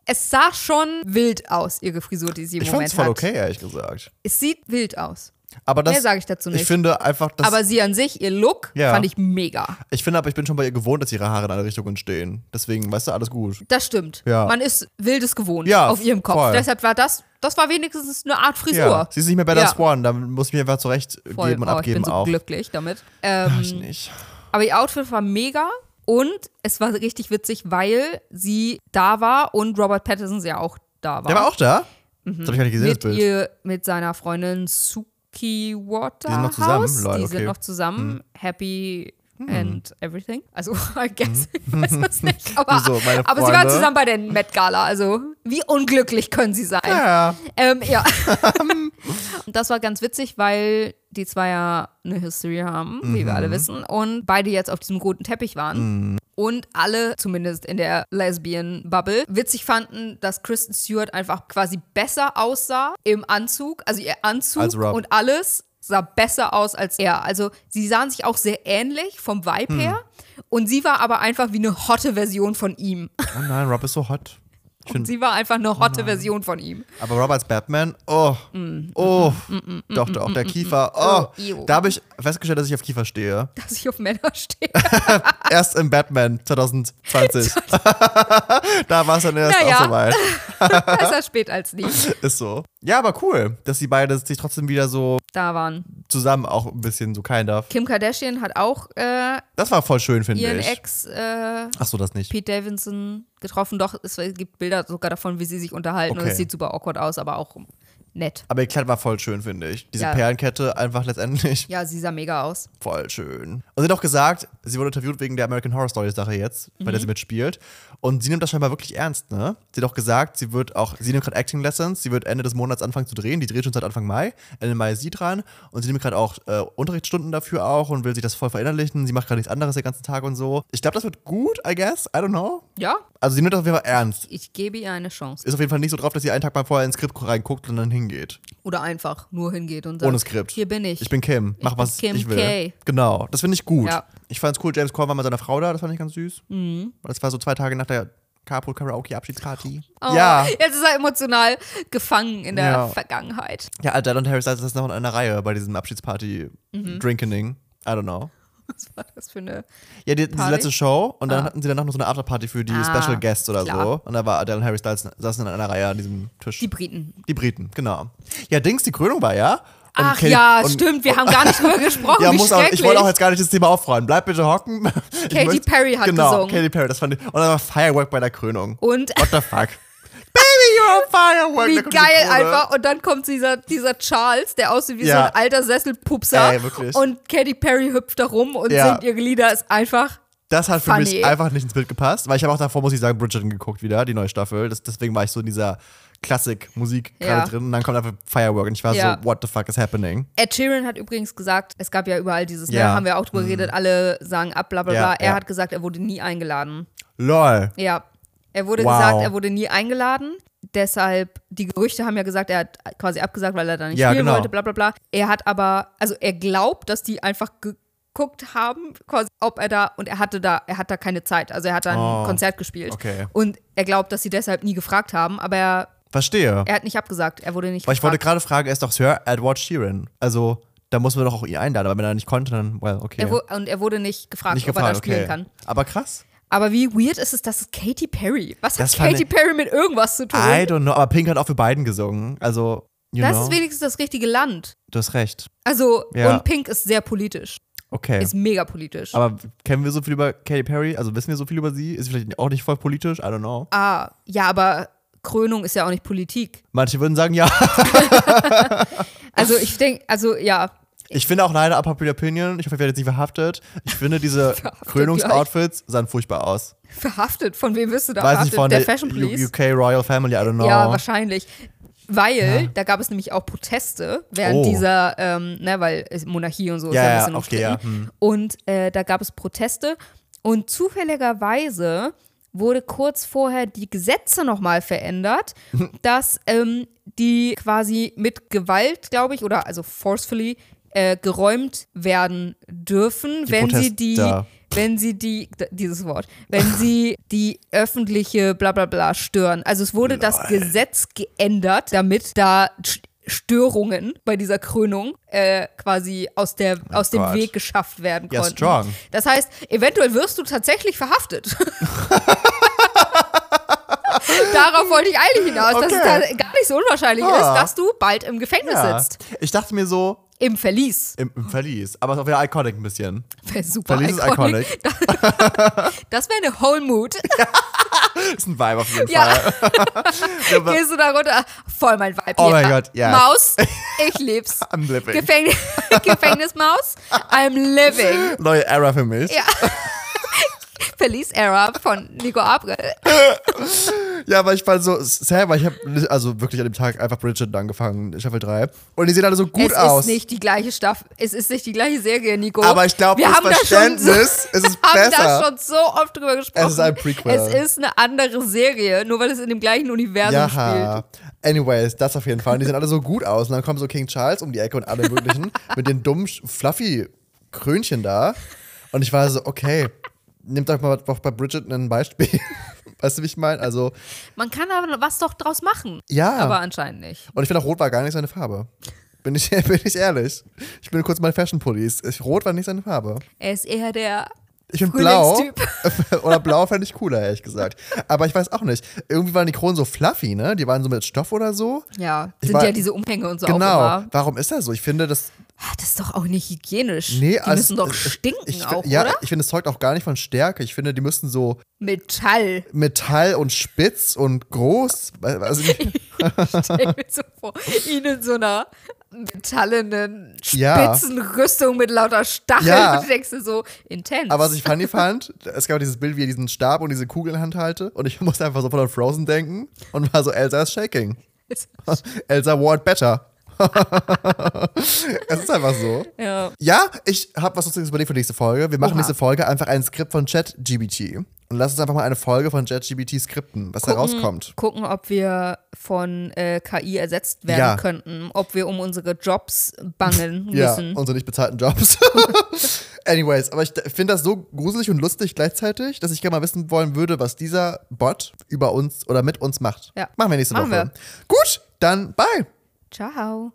A: es sah schon wild aus, ihre Frisur, die sie im
B: Ich
A: Moment
B: fand's voll
A: hat.
B: okay, ehrlich gesagt.
A: Es sieht wild aus.
B: Aber das,
A: Mehr sage ich dazu
B: Ich
A: nicht.
B: finde einfach, dass,
A: Aber sie an sich, ihr Look,
B: Ja.
A: fand ich mega.
B: ich finde aber, ich bin schon bei ihr gewohnt, dass ihre Haare in alle Richtungen stehen. Deswegen, weißt du, alles gut.
A: Das stimmt.
B: Ja.
A: Man ist Wildes gewohnt
B: Ja,
A: auf ihrem Kopf.
B: voll.
A: Deshalb war das, das war wenigstens eine Art Frisur.
B: Ja, sie ist nicht mehr Better
A: Ja.
B: Swan, da muss ich mir einfach zurechtgeben
A: Voll,
B: und
A: oh, ich
B: abgeben
A: bin so
B: auch.
A: glücklich damit. Ähm,
B: Ich nicht.
A: Aber ihr Outfit war mega und es war richtig witzig, weil sie da war und Robert Pattinson ja auch da war.
B: Der war auch da? Das habe ich gar nicht gesehen, das
A: Mhm. mit,
B: Bild.
A: ihr, mit seiner Freundin Suki Waterhouse.
B: noch zusammen, lol,
A: Die
B: okay. Mhm.
A: sind noch zusammen. Happy and everything. Also, <laughs> I guess, ich weiß es
B: <laughs>
A: nicht. Aber,
B: Mhm. So, meine
A: aber sie waren
B: Freunde.
A: zusammen bei der
B: <laughs>
A: Met Gala. Also, wie unglücklich können sie sein?
B: Ja,
A: Ähm, ja. Das war ganz witzig, weil die zwei ja eine History haben, wie
B: Mhm.
A: wir alle wissen, und beide jetzt auf diesem roten Teppich waren. Und alle, zumindest in der Lesbian-Bubble, witzig fanden, dass Kristen Stewart einfach quasi besser aussah im Anzug. Also ihr Anzug
B: Als Rob.
A: und alles sah besser aus als er. Also sie sahen sich auch sehr ähnlich vom Vibe
B: Mhm.
A: her. Und sie war aber einfach wie eine hotte Version von ihm. <laughs>
B: Oh nein, Rob ist so hot. Ich
A: Und
B: find,
A: sie war einfach eine hotte Version von ihm.
B: aber Rob als Batman, oh,
A: Mm,
B: oh, doch, doch, der Kiefer, oh.
A: Oh, ew.
B: da habe ich festgestellt, dass ich auf Kiefer stehe.
A: Dass ich auf Männer stehe.
B: Erst im
A: <laughs>
B: Batman 2020. <laughs> da war es dann erst
A: Naja.
B: auch soweit.
A: <laughs> Besser spät als nie.
B: Ist so. Ja, aber cool, dass die beide sich trotzdem wieder so
A: Da waren.
B: zusammen auch ein bisschen so kind of.
A: Kim Kardashian hat auch äh,
B: Das war voll schön, finde
A: ihren
B: ich.
A: Ex äh,
B: Ach so, das nicht.
A: Pete Davidson getroffen. Doch, es gibt Bilder sogar davon, wie sie sich unterhalten. Und
B: Okay.
A: es sieht super awkward aus, aber auch nett.
B: Aber ihr Kleid war voll schön, finde ich. Diese
A: Ja.
B: Perlenkette einfach letztendlich
A: Ja, sie sah mega aus.
B: voll schön. Und sie hat auch gesagt, sie wurde interviewt wegen der American Horror Story Sache jetzt, bei der sie mitspielt. Und sie nimmt das scheinbar wirklich ernst, ne? Sie hat auch gesagt, sie wird auch, sie nimmt gerade Acting Lessons, sie wird Ende des Monats anfangen zu drehen. Die dreht schon seit Anfang Mai. Ende Mai ist sie dran. Und sie nimmt gerade auch äh, Unterrichtsstunden dafür auch und will sich das voll verinnerlichen. Sie macht gerade nichts anderes den ganzen Tag und so. Ich glaube, das wird gut, I guess. I don't know.
A: Ja,
B: Also sie nimmt das auf jeden Fall ernst.
A: ich gebe ihr eine Chance.
B: Ist auf jeden Fall nicht so drauf, dass sie einen Tag mal vorher ins Skript reinguckt und dann hingeht.
A: Oder einfach nur hingeht und sagt:
B: Ohne Skript.
A: Hier bin ich.
B: Ich bin Kim, mach
A: bin
B: was
A: Kim
B: ich will.
A: K.
B: Genau, das finde ich gut.
A: Ja. Mhm.
B: Ich fand's cool, James Corden war mit seiner Frau da, das fand ich ganz süß. Weil Das war so zwei Tage nach der Carpool Karaoke Abschiedsparty.
A: oh,
B: Ja,
A: Jetzt ist er emotional gefangen in der
B: Ja.
A: Vergangenheit. <laughs>
B: ja, Adele und Harry Styles das ist noch in einer Reihe bei diesem Abschiedsparty Drinkening. I don't know.
A: Was war das für eine.
B: Ja, die, diese
A: Mhm. Party?
B: letzte Show und dann hatten sie danach noch so eine Afterparty für die
A: Ah,
B: Special Guests oder
A: klar.
B: so. Und da war Adele und Harry Styles saßen in einer Reihe an diesem Tisch.
A: Die
B: Die,
A: Briten.
B: Briten, genau. Ja, Dings, die Krönung war ja. Und
A: Ach
B: Kelly-
A: ja,
B: und- Oh.
A: stimmt. Wir haben gar nicht
B: <laughs>
A: drüber gesprochen.
B: Ja,
A: wie
B: muss auch, ich wollte auch
A: schrecklich.
B: jetzt gar nicht das Thema aufräumen. Bleib bitte hocken. <laughs> Ich
A: Katy
B: möchte-
A: Perry hat
B: genau,
A: gesungen.
B: Katy Perry, das fand ich. Und dann war Firework bei der Krönung.
A: Und
B: What the fuck? <laughs> Baby, you're a firework.
A: Wie
B: Oh Da kommt die
A: geil
B: Krone.
A: einfach. Und dann kommt dieser, dieser Charles, der aussieht wie so
B: Ja.
A: ein alter Sesselpupser.
B: Ey, wirklich.
A: und Katy Perry hüpft da rum und
B: Ja.
A: singt ihre Lieder. Ist einfach.
B: Das hat für
A: Funny.
B: mich einfach nicht ins Bild gepasst, weil ich habe auch davor, muss ich sagen, Bridgerton geguckt wieder, die neue Staffel. Das, deswegen war ich so in dieser Klassik-Musik gerade
A: Ja.
B: drin und dann kommt einfach Firework und ich war
A: Ja.
B: so, what the fuck is happening?
A: Ed Sheeran hat übrigens gesagt, es gab ja überall dieses, ne,
B: Ja. Mhm.
A: haben wir auch drüber geredet, alle sagen ab, bla bla
B: Ja,
A: bla. Er
B: ja.
A: hat gesagt, er wurde nie eingeladen.
B: Lol.
A: Ja. Er wurde
B: Wow.
A: gesagt, er wurde nie eingeladen. Deshalb, die Gerüchte haben ja gesagt, er hat quasi abgesagt, weil er da nicht
B: Ja,
A: spielen
B: genau.
A: wollte, bla bla bla. Er hat aber, also er glaubt, dass die einfach geguckt haben, quasi, ob er da, und er hatte da, er hat da keine Zeit. Also er hat da ein
B: Oh,
A: Konzert gespielt.
B: okay.
A: Und er glaubt, dass sie deshalb nie gefragt haben, aber er,
B: Verstehe.
A: er hat nicht abgesagt. Er wurde nicht
B: Weil ich wollte
A: gefragt.
B: gerade fragen, er ist doch Sir Edward Sheeran. Also, da muss man doch auch ihn einladen, aber wenn er nicht konnte, dann, well, okay.
A: er wu- und er wurde nicht gefragt,
B: nicht
A: ob er
B: gefragt,
A: da spielen
B: okay.
A: kann.
B: Aber krass.
A: Aber wie weird ist es, dass es Katy Perry? Was
B: Das
A: hat
B: fand
A: Katy
B: ich-
A: Perry mit irgendwas zu tun?
B: I don't know, aber Pink hat auch für beiden gesungen. Also, you
A: das
B: know,
A: ist wenigstens das richtige Land.
B: du hast recht.
A: Also,
B: Ja.
A: und Pink ist sehr politisch.
B: Okay.
A: Ist mega politisch.
B: Aber kennen wir so viel über Katy Perry? Also wissen wir so viel über sie? Ist sie vielleicht auch nicht voll politisch? I don't know.
A: ah, ja, aber Krönung ist ja auch nicht Politik.
B: Manche würden sagen, ja. <laughs>
A: Also, ich denke, also ja,
B: Ich finde auch leider unpopular opinion. Ich hoffe, ich werde jetzt nicht verhaftet. Ich finde,
A: <laughs>
B: diese
A: Verhaftet
B: Krönungsoutfits sahen furchtbar aus.
A: verhaftet. Von wem wirst du da
B: Weiß
A: verhaftet?
B: nicht von
A: der
B: der,
A: Fashion Police?
B: U- UK Royal Family, I don't know.
A: Ja, wahrscheinlich. Weil da gab es nämlich auch Proteste während
B: Oh.
A: dieser, ähm, ne, weil es- Monarchie und so ist
B: Ja,
A: ja ein
B: ja,
A: bisschen
B: okay, ja, hm.
A: umstritten. Und äh, da gab es Proteste und zufälligerweise wurde kurz vorher die Gesetze nochmal
B: <laughs>
A: verändert, dass ähm, die quasi mit Gewalt, glaube ich, oder also forcefully äh, geräumt werden dürfen, wenn sie die
B: Protester.
A: wenn sie die, d- dieses Wort, wenn sie die öffentliche Blablabla stören. Also es wurde das Gesetz geändert, damit da Sch- Störungen bei dieser Krönung äh, quasi aus, der, aus dem
B: Oh Gott.
A: Weg geschafft werden
B: Ja,
A: konnten.
B: strong.
A: Das heißt, eventuell wirst du tatsächlich
B: <laughs>
A: verhaftet. Darauf wollte ich eigentlich hinaus, dass es
B: Okay.
A: da gar nicht so unwahrscheinlich
B: Ah.
A: ist, dass du bald im Gefängnis
B: Ja.
A: sitzt.
B: Ich dachte mir so,
A: Im Verlies.
B: im, im Verlies. Aber es ist auch wieder iconic ein bisschen. <laughs>
A: Wär Super
B: Verlies ist
A: iconic. <laughs> Das wäre eine Whole Mood.
B: Ist ein Vibe auf jeden Fall.
A: Ja. <laughs> Gehst du da runter? Voll mein Vibe.
B: Oh
A: hier.
B: mein Gott, ja. <laughs>
A: Maus, ich lieb's.
B: I'm living.
A: Gefängnis, <laughs> Gefängnismaus, I'm living.
B: Neue Era für mich.
A: Ja. Feliz Era von Nico Abril.
B: Ja, aber ich war so, Sam, weil ich habe also wirklich an dem Tag einfach Bridget angefangen, Staffel 3. Und die sehen alle so gut
A: es
B: aus.
A: ist nicht die gleiche Staffel, es ist nicht die gleiche Serie, Nico.
B: aber ich glaube,
A: wir
B: das
A: haben da schon so,
B: Verständnis
A: <laughs>
B: es ist
A: haben
B: besser.
A: da schon so oft drüber gesprochen.
B: Es ist ein Prequel.
A: Es ist eine andere Serie, nur weil es in dem gleichen Universum spielt.
B: Jaha. Anyways, das auf jeden Fall. Und die sehen alle so gut aus. Und dann kommt so King Charles um die Ecke und
A: <laughs>
B: alle möglichen mit den dummen Sch- Fluffy-Krönchen da. Und ich war so, okay, nehmt euch mal doch bei Bridget ein Beispiel. <laughs> Weißt du, wie ich meine? Also,
A: Man kann aber was doch draus machen.
B: ja.
A: Aber anscheinend nicht.
B: Und ich finde auch Rot war gar nicht seine Farbe. Bin ich, <laughs> bin ich ehrlich. Ich bin kurz mal Fashion Police. Ich, Rot war nicht seine Farbe.
A: Er ist eher der.
B: Ich finde blau.
A: Frühlingstyp.
B: Oder blau <laughs> fände ich cooler, ehrlich gesagt. Aber ich weiß auch nicht. Irgendwie waren die Kronen so fluffy, ne? Die waren so mit Stoff oder so.
A: Ja,
B: Ich
A: sind
B: war-
A: ja diese Umhänge und so auch
B: Genau.
A: immer.
B: Warum ist das so? Ich finde, das.
A: Ah, Das ist doch auch nicht hygienisch.
B: Nee,
A: die
B: also-
A: müssen doch
B: ich-
A: stinken
B: ich,
A: auch,
B: ja,
A: oder?
B: ich finde, es zeugt auch gar nicht von Stärke. Ich finde, die müssten so
A: Metall. <laughs>
B: Metall und spitz und groß. Also,
A: Stell mir so vor, ihn in so einer metallenen
B: Ja.
A: Spitzenrüstung mit lauter Stacheln.
B: Ja.
A: Und du <laughs> denkst dir so, intens.
B: Aber also was ich funny fand, es gab dieses Bild, wie er diesen Stab und diese Kugel in der Hand halte. Und ich <laughs> musste einfach sofort an Frozen denken und war so, Elsa is shaking. <laughs> Elsa Ward better. <laughs> es ist einfach so.
A: <laughs> ja.
B: Ja, ich habe was Lustiges überlegt für nächste Folge. Wir machen
A: Oha.
B: nächste Folge einfach ein Skript von ChatGBT. Und lass uns einfach mal eine Folge von ChatGBT skripten, was da rauskommt.
A: Gucken, ob wir von äh, KI ersetzt werden
B: Ja.
A: könnten, ob wir um unsere Jobs bangen
B: Ja,
A: müssen.
B: unsere nicht bezahlten Jobs. <laughs> Anyways, aber ich finde das so gruselig und lustig gleichzeitig, dass ich gerne mal wissen wollen würde, was dieser Bot über uns oder mit uns macht.
A: Ja.
B: Machen wir nächste
A: Machen
B: Woche. Gut, dann bye.
A: Ciao.